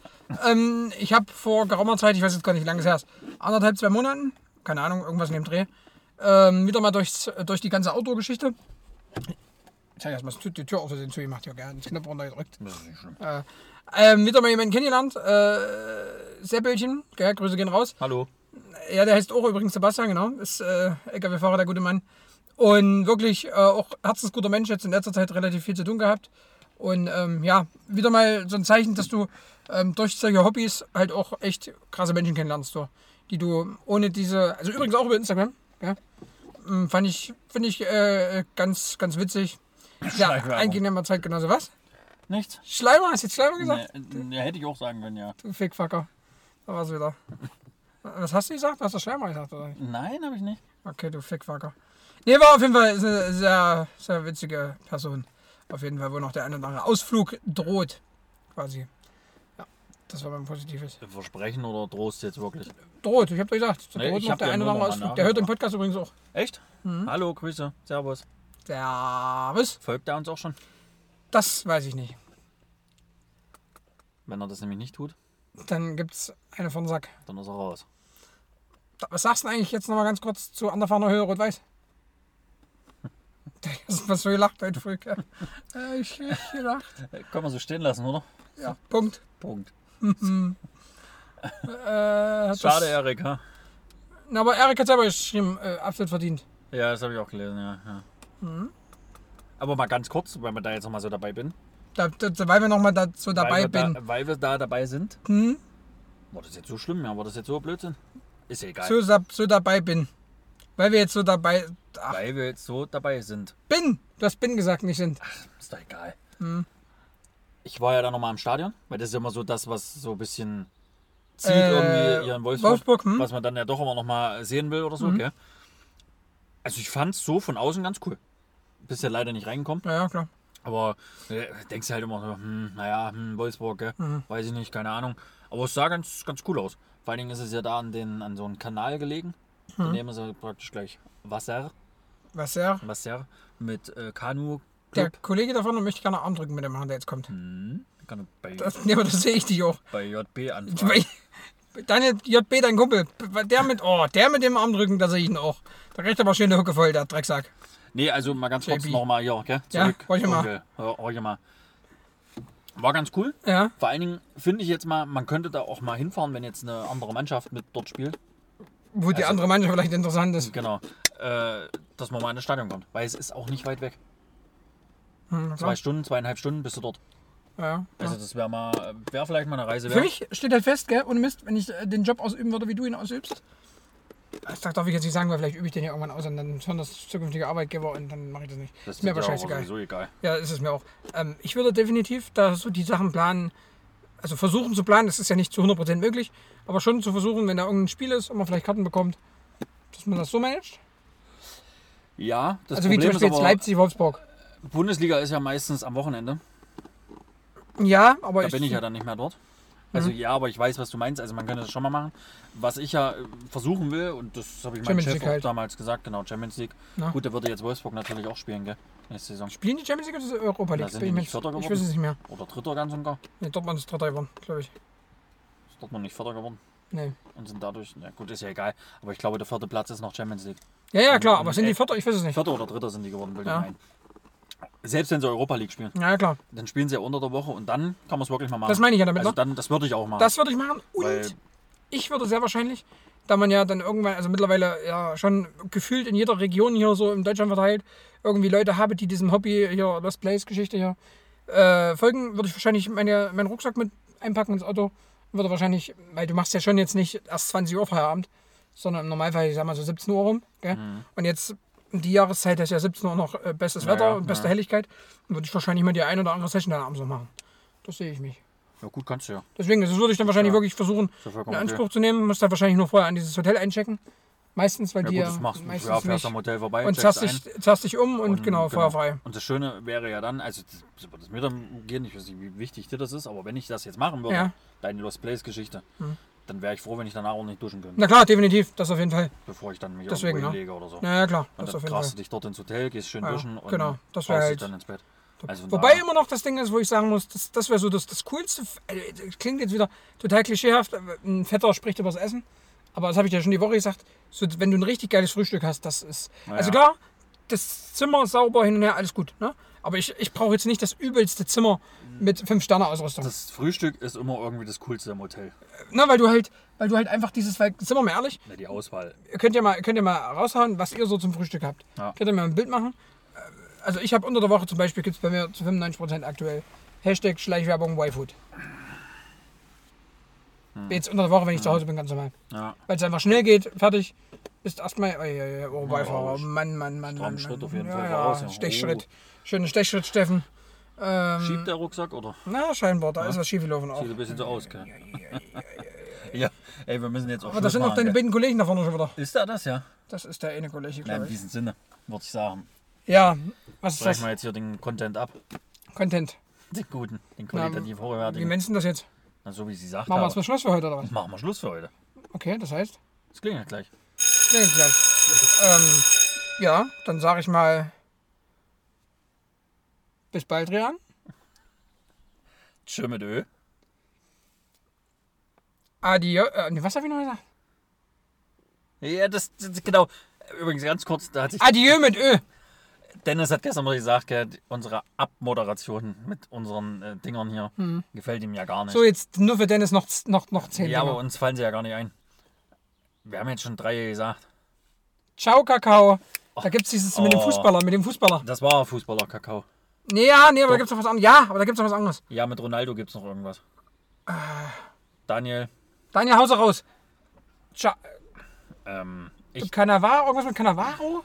A: ähm, ich habe vor geraumer Zeit, ich weiß jetzt gar nicht, wie lange es her ist, anderthalb, zwei Monaten, keine Ahnung, irgendwas in dem Dreh, ähm, wieder mal durchs, durch die ganze Outdoor-Geschichte. Ich habe erstmal die Tür aus Versehen zugemacht, ja, gerne ins Knopf runtergedrückt.
B: Das ist nicht schlimm.
A: Ähm, wieder mal jemanden kennengelernt, äh, Seppelchen, gell, Grüße gehen raus.
B: Hallo.
A: Ja, der heißt auch übrigens Sebastian, genau. Ist äh, LKW-Fahrer, der gute Mann. Und wirklich äh, auch herzensguter Mensch, jetzt in letzter Zeit relativ viel zu tun gehabt. Und ähm, ja, wieder mal so ein Zeichen, dass du ähm, durch solche Hobbys halt auch echt krasse Menschen kennenlernst, so, die du ohne diese, also übrigens auch über Instagram, ja, ähm, fand ich, finde ich äh, ganz, ganz witzig. Ja,
B: Schleichwerbung.
A: angenehmer Zeit genauso. Was?
B: Nichts?
A: Schleimer? Hast du jetzt Schleimer gesagt?
B: Nee, nee, hätte ich auch sagen können, ja.
A: Du Fickfucker. Da war's wieder. Was hast du gesagt? Hast du Schleimer gesagt, oder nicht?
B: Nein, habe ich nicht.
A: Okay, du Fickwacker. Nee, war auf jeden Fall ist eine sehr, sehr witzige Person. Auf jeden Fall, wo noch der eine oder andere Ausflug droht. Quasi. Ja, das war mein Positives.
B: Versprechen oder Trost jetzt wirklich?
A: Droht, ich hab doch gesagt,
B: Nee,
A: droht
B: ich
A: noch
B: hab
A: der
B: ja
A: eine
B: nur
A: oder andere
B: noch mal
A: Ausflug. Der hört den
B: nachgefragt.
A: Podcast übrigens auch.
B: Echt? Hallo, Grüße, Mhm. Servus.
A: Servus.
B: Folgt er uns auch schon?
A: Das weiß ich nicht.
B: Wenn er das nämlich nicht tut,
A: Dann gibt's eine von Sack.
B: dann ist er raus.
A: Da- Was sagst du denn eigentlich jetzt nochmal ganz kurz zu Anderfahrener Höhe Rot-Weiß? Da hast du was so gelacht heute früh. gell? Äh, Ich, ich gelacht.
B: Äh, Können wir so stehen lassen, oder?
A: Ja, Punkt.
B: Punkt.
A: Äh, hat
B: Schade,
A: das-
B: Erik, ha?
A: Na, aber Erik hat selber geschrieben, äh, absolut verdient.
B: Ja, das habe ich auch gelesen, ja. ja. Mhm. Aber mal ganz kurz, weil wir da jetzt nochmal so dabei bin.
A: Da, da, da- weil wir nochmal da, so dabei
B: weil wir
A: bin.
B: Da, weil wir da dabei sind.
A: Hm?
B: War das jetzt so schlimm, ja? War das jetzt so Blödsinn? Ist ja egal.
A: So, sa- so dabei bin. Weil wir jetzt so dabei. Ach,
B: Weil wir jetzt so dabei sind.
A: bin! Du hast bin gesagt, nicht sind.
B: Ist doch egal. Ich war ja dann nochmal im Stadion, weil das ist ja immer so das, was so ein bisschen zieht
A: Äh,
B: irgendwie ihren Wolfsburg,
A: Wolfsburg, hm? Mhm.
B: was man dann ja doch immer nochmal sehen will oder so, gell? Also ich fand es so von außen ganz cool. Bist ja leider nicht reingekommen,
A: Ja, ja, klar.
B: aber äh, denkst du halt immer so, hm, naja, hm, Wolfsburg, gell?
A: Mhm.
B: weiß ich nicht, keine Ahnung. Aber es sah ganz, ganz cool aus. Vor allen Dingen ist es ja da an, den, an so einen Kanal gelegen.
A: Mhm.
B: Daneben ist ja praktisch gleich Wasser,
A: Was ja.
B: Wasser mit äh, Kanu.
A: Der
B: Club.
A: Kollege davon möchte gerne Arm drücken mit dem Mann, der jetzt kommt.
B: Hm, kann ich bei,
A: Das, nee, aber das sehe ich dich auch.
B: bei JB anfangen.
A: Weil- Daniel JB, dein Kumpel, der mit, oh, der mit dem Arm drücken, da sehe ich ihn auch. Da kriegt er aber schön die Hucke voll, der Drecksack.
B: Nee, also mal ganz kurz
A: JB.
B: nochmal hier, gell?
A: Ja,
B: Zurück.
A: horch mal.
B: Onkel. Hör- horch mal. War ganz cool.
A: Ja,
B: Vor allen Dingen finde ich jetzt mal, man könnte da auch mal hinfahren, wenn jetzt eine andere Mannschaft mit dort spielt.
A: wo
B: Also
A: die andere Mannschaft vielleicht interessant ist.
B: Genau. Äh, dass man mal in das Stadion kommt. Weil es ist auch nicht weit weg.
A: Hm,
B: Zwei
A: klar.
B: Stunden, zweieinhalb Stunden bist du dort.
A: ja, ja.
B: Also das wäre mal, wäre vielleicht mal eine Reise
A: Für
B: wert.
A: mich steht halt fest, gell, ohne Mist, wenn ich äh, den Job ausüben würde, wie du ihn ausübst. Das darf ich jetzt nicht sagen, weil vielleicht übe ich den ja irgendwann aus und dann hören das zukünftige Arbeitgeber und dann mache ich das nicht.
B: Das
A: ist mir aber
B: ja auch
A: scheißegal.
B: sowieso egal.
A: Ja, ist es mir auch. Ähm, ich würde definitiv da so die Sachen planen, also versuchen zu planen, das ist ja nicht zu 100% möglich, aber schon zu versuchen, wenn da irgendein Spiel ist und man vielleicht Karten bekommt, dass man das so managt.
B: Ja, das
A: also wie zum
B: Problem
A: Beispiel
B: ist
A: jetzt
B: aber,
A: Leipzig-Wolfsburg.
B: Bundesliga ist ja meistens am Wochenende.
A: Ja, aber
B: Da bin ich ja dann nicht mehr dort. Also
A: Mhm.
B: ja, aber ich weiß, was du meinst. Also man könnte das schon mal machen. Was ich ja äh, versuchen will, und das habe ich meinem
A: Champions
B: Chef
A: League
B: auch
A: halt.
B: damals gesagt, genau, Champions League.
A: Na.
B: Gut, da würde jetzt Wolfsburg natürlich auch spielen, gell? Nächste Saison.
A: Spielen die Champions League oder ist es Europa League? Bin
B: sind die
A: ich, mir
B: nicht Vierter
A: ich
B: geworden?
A: weiß es nicht mehr.
B: Oder Dritter ganz und gar.
A: Nee, Dortmund ist Dritter geworden, glaube ich.
B: Ist dort noch nicht Vierter geworden.
A: Nee.
B: Und sind dadurch, na gut, ist ja egal. Aber ich glaube, der vierte Platz ist noch Champions League.
A: Ja, ja, klar,
B: Ähm,
A: aber sind die
B: äh,
A: Vierter? Ich weiß es nicht.
B: Vierter oder Dritter sind die geworden, will ich
A: Ja.
B: meinen. Selbst wenn sie Europa League spielen,
A: Ja, klar.
B: dann spielen sie ja unter der Woche und dann kann man es wirklich mal machen.
A: Das meine ich ja damit,
B: Also
A: ne?
B: dann, das würde ich auch machen.
A: Das würde ich machen. Und
B: Weil-
A: ich würde sehr wahrscheinlich, da man ja dann irgendwann, also mittlerweile ja schon gefühlt in jeder Region hier so in Deutschland verteilt, irgendwie Leute habe, die diesem Hobby hier, Lost Place Geschichte hier, äh, folgen, würde ich wahrscheinlich meine, meinen Rucksack mit einpacken ins Auto. Würde wahrscheinlich, weil du machst ja schon jetzt nicht erst 20 Uhr Feierabend, sondern im Normalfall, ich sag mal so 17 Uhr rum. Gell? Und jetzt um die Jahreszeit ist ja 17 Uhr noch äh, bestes
B: Mhm. Ja,
A: Wetter
B: ja,
A: und beste
B: ja.
A: Helligkeit. Würde ich wahrscheinlich mal die ein oder andere Session dann abends noch machen. Das sehe ich mich.
B: ja gut, kannst du ja.
A: Deswegen, das würde ich dann wahrscheinlich
B: Ja.
A: wirklich versuchen,
B: ja
A: in
B: vollkommen
A: Anspruch zu nehmen. Muss dann wahrscheinlich nur vorher an dieses Hotel einchecken. Meistens, weil
B: Ja
A: die
B: gut, das machst du.
A: meistens
B: Ja, fährst
A: nicht.
B: am Hotel vorbei,
A: Und
B: checkst
A: zerrst
B: ein.
A: dich, zerrst dich um und, genau, vorher frei.
B: Und das Schöne wäre ja dann, also das- so wird es mir dann gehen, ich weiß nicht, wie wichtig dir das ist, aber wenn ich das jetzt machen würde,
A: Ja. Hm.
B: deine Lost Place Geschichte, dann wäre ich froh, wenn ich danach auch nicht duschen könnte,
A: Na klar, definitiv, das auf jeden Fall.
B: bevor ich dann mich
A: Deswegen,
B: irgendwo
A: ne?
B: hinlege oder so.
A: Na ja, klar,
B: Und
A: das
B: dann
A: auf jeden
B: grabst
A: Fall.
B: du dich dort ins Hotel, gehst schön
A: Ja,
B: duschen und
A: genau, das wär
B: haust dich
A: halt-
B: dann ins Bett. Also von
A: Wobei
B: daher-
A: immer noch das Ding ist, wo ich sagen muss, das, das wäre so das, das Coolste. äh, das Klingt jetzt wieder total klischeehaft. äh, Ein Vetter spricht über das Essen. Aber das habe ich ja schon die Woche gesagt. So, wenn du ein richtig geiles Frühstück hast, das ist.
B: Na
A: Also
B: ja.
A: klar, das Zimmer sauber hin und her, alles gut. Ne? Aber ich, ich brauche jetzt nicht das übelste Zimmer mit 5-Sterne-Ausrüstung.
B: das Frühstück ist immer irgendwie das Coolste im Hotel.
A: Na, weil du halt, weil du halt einfach dieses, weil, sind wir mal ehrlich,
B: Ja, die Auswahl.
A: ihr könnt ja mal, könnt ihr mal raushauen, was ihr so zum Frühstück habt.
B: Ja.
A: Könnt ihr mal ein Bild machen. Äh, Also ich habe unter der Woche zum Beispiel, gibt es bei mir zu 95% aktuell Hashtag Schleichwerbung YFood.
B: Hm.
A: Jetzt unter der Woche, wenn ich zu Hause bin, ganz normal.
B: Ja,
A: Weil es einfach schnell geht, fertig, ist erstmal, oh, oh, oh, oh,
B: Ja,
A: Beifahrer, Mann, Mann, Mann, Mann,
B: Schritt
A: Mann.
B: auf jeden
A: ja,
B: Fall
A: ja,
B: voraus, ja. Oh.
A: Stechschritt, schönen Stechschritt, Steffen. Ähm,
B: schiebt der Rucksack oder
A: Na, scheinbar, da ist was schiefgelaufen auch.
B: sieht ein bisschen so aus, gell? ja, ey, wir müssen jetzt auch
A: Aber das
B: Schluss
A: sind auch
B: machen,
A: deine
B: gell?
A: beiden Kollegen da vorne schon wieder.
B: Ist da das, ja?
A: Das ist der eine Kollege,
B: Na,
A: glaube
B: in
A: ich.
B: diesem Sinne, würde ich sagen.
A: Ja, was ist
B: Brechen
A: das?
B: wir jetzt hier den Content ab.
A: Content.
B: Den guten, den
A: Na,
B: qualitativ
A: Wie
B: hochwertigen.
A: meinst du das jetzt?
B: Na, so wie sie sagt.
A: Machen wir
B: Machen,
A: jetzt mal Schluss für heute oder was?
B: machen wir Schluss für heute.
A: Okay, das heißt?
B: Das klingt ja gleich.
A: Nee, gleich. ähm, ja, dann sage ich mal. Bis bald, Rian.
B: Tschö mit Ö.
A: Adio. Äh, nee, was habe ich noch gesagt?
B: Ja, das, das genau. Übrigens ganz kurz, da hat sich
A: Adieu mit Ö.
B: Dennis hat gestern mal gesagt, gell, die- unsere Abmoderation mit unseren äh, Dingern hier gefällt ihm ja gar nicht.
A: Hm. So, jetzt nur für Dennis noch, noch, noch zehn
B: ja, aber
A: Dinger.
B: uns fallen sie ja gar nicht ein. Wir haben jetzt schon drei gesagt.
A: Ciao, Kakao. Da gibt es dieses mit dem
B: Oh.
A: Fußballer, mit dem Fußballer.
B: Das war Fußballer Kakao.
A: Nee, ja, nee, aber da gibt es noch was anderes. Ja, aber da gibt es noch was anderes.
B: Ja, mit Ronaldo gibt's noch irgendwas.
A: Ah.
B: Daniel,
A: Daniel Hauser raus. Ciao.
B: ähm, ich,
A: Cannavaro, irgendwas mit Cannavaro?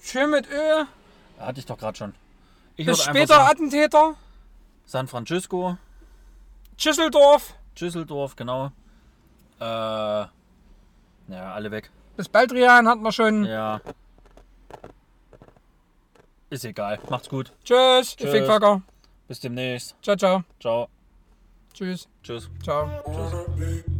A: Schön mit Ö.
B: hatte ich doch gerade schon. Ich
A: Bis
B: würd einfach
A: später,
B: sagen,
A: Attentäter.
B: San Francisco,
A: Tschüsseldorf.
B: Düsseldorf, genau. Äh, ja, alle weg.
A: Bis Baldrian hatten wir schon.
B: Ja. Ist egal. Macht's gut.
A: Tschüss, Tschüss.
B: Tschüss.
A: Fickfacker.
B: Bis demnächst.
A: Ciao, ciao.
B: Ciao.
A: Tschüss.
B: Tschüss.
A: Ciao.
B: Tschüss.
D: Big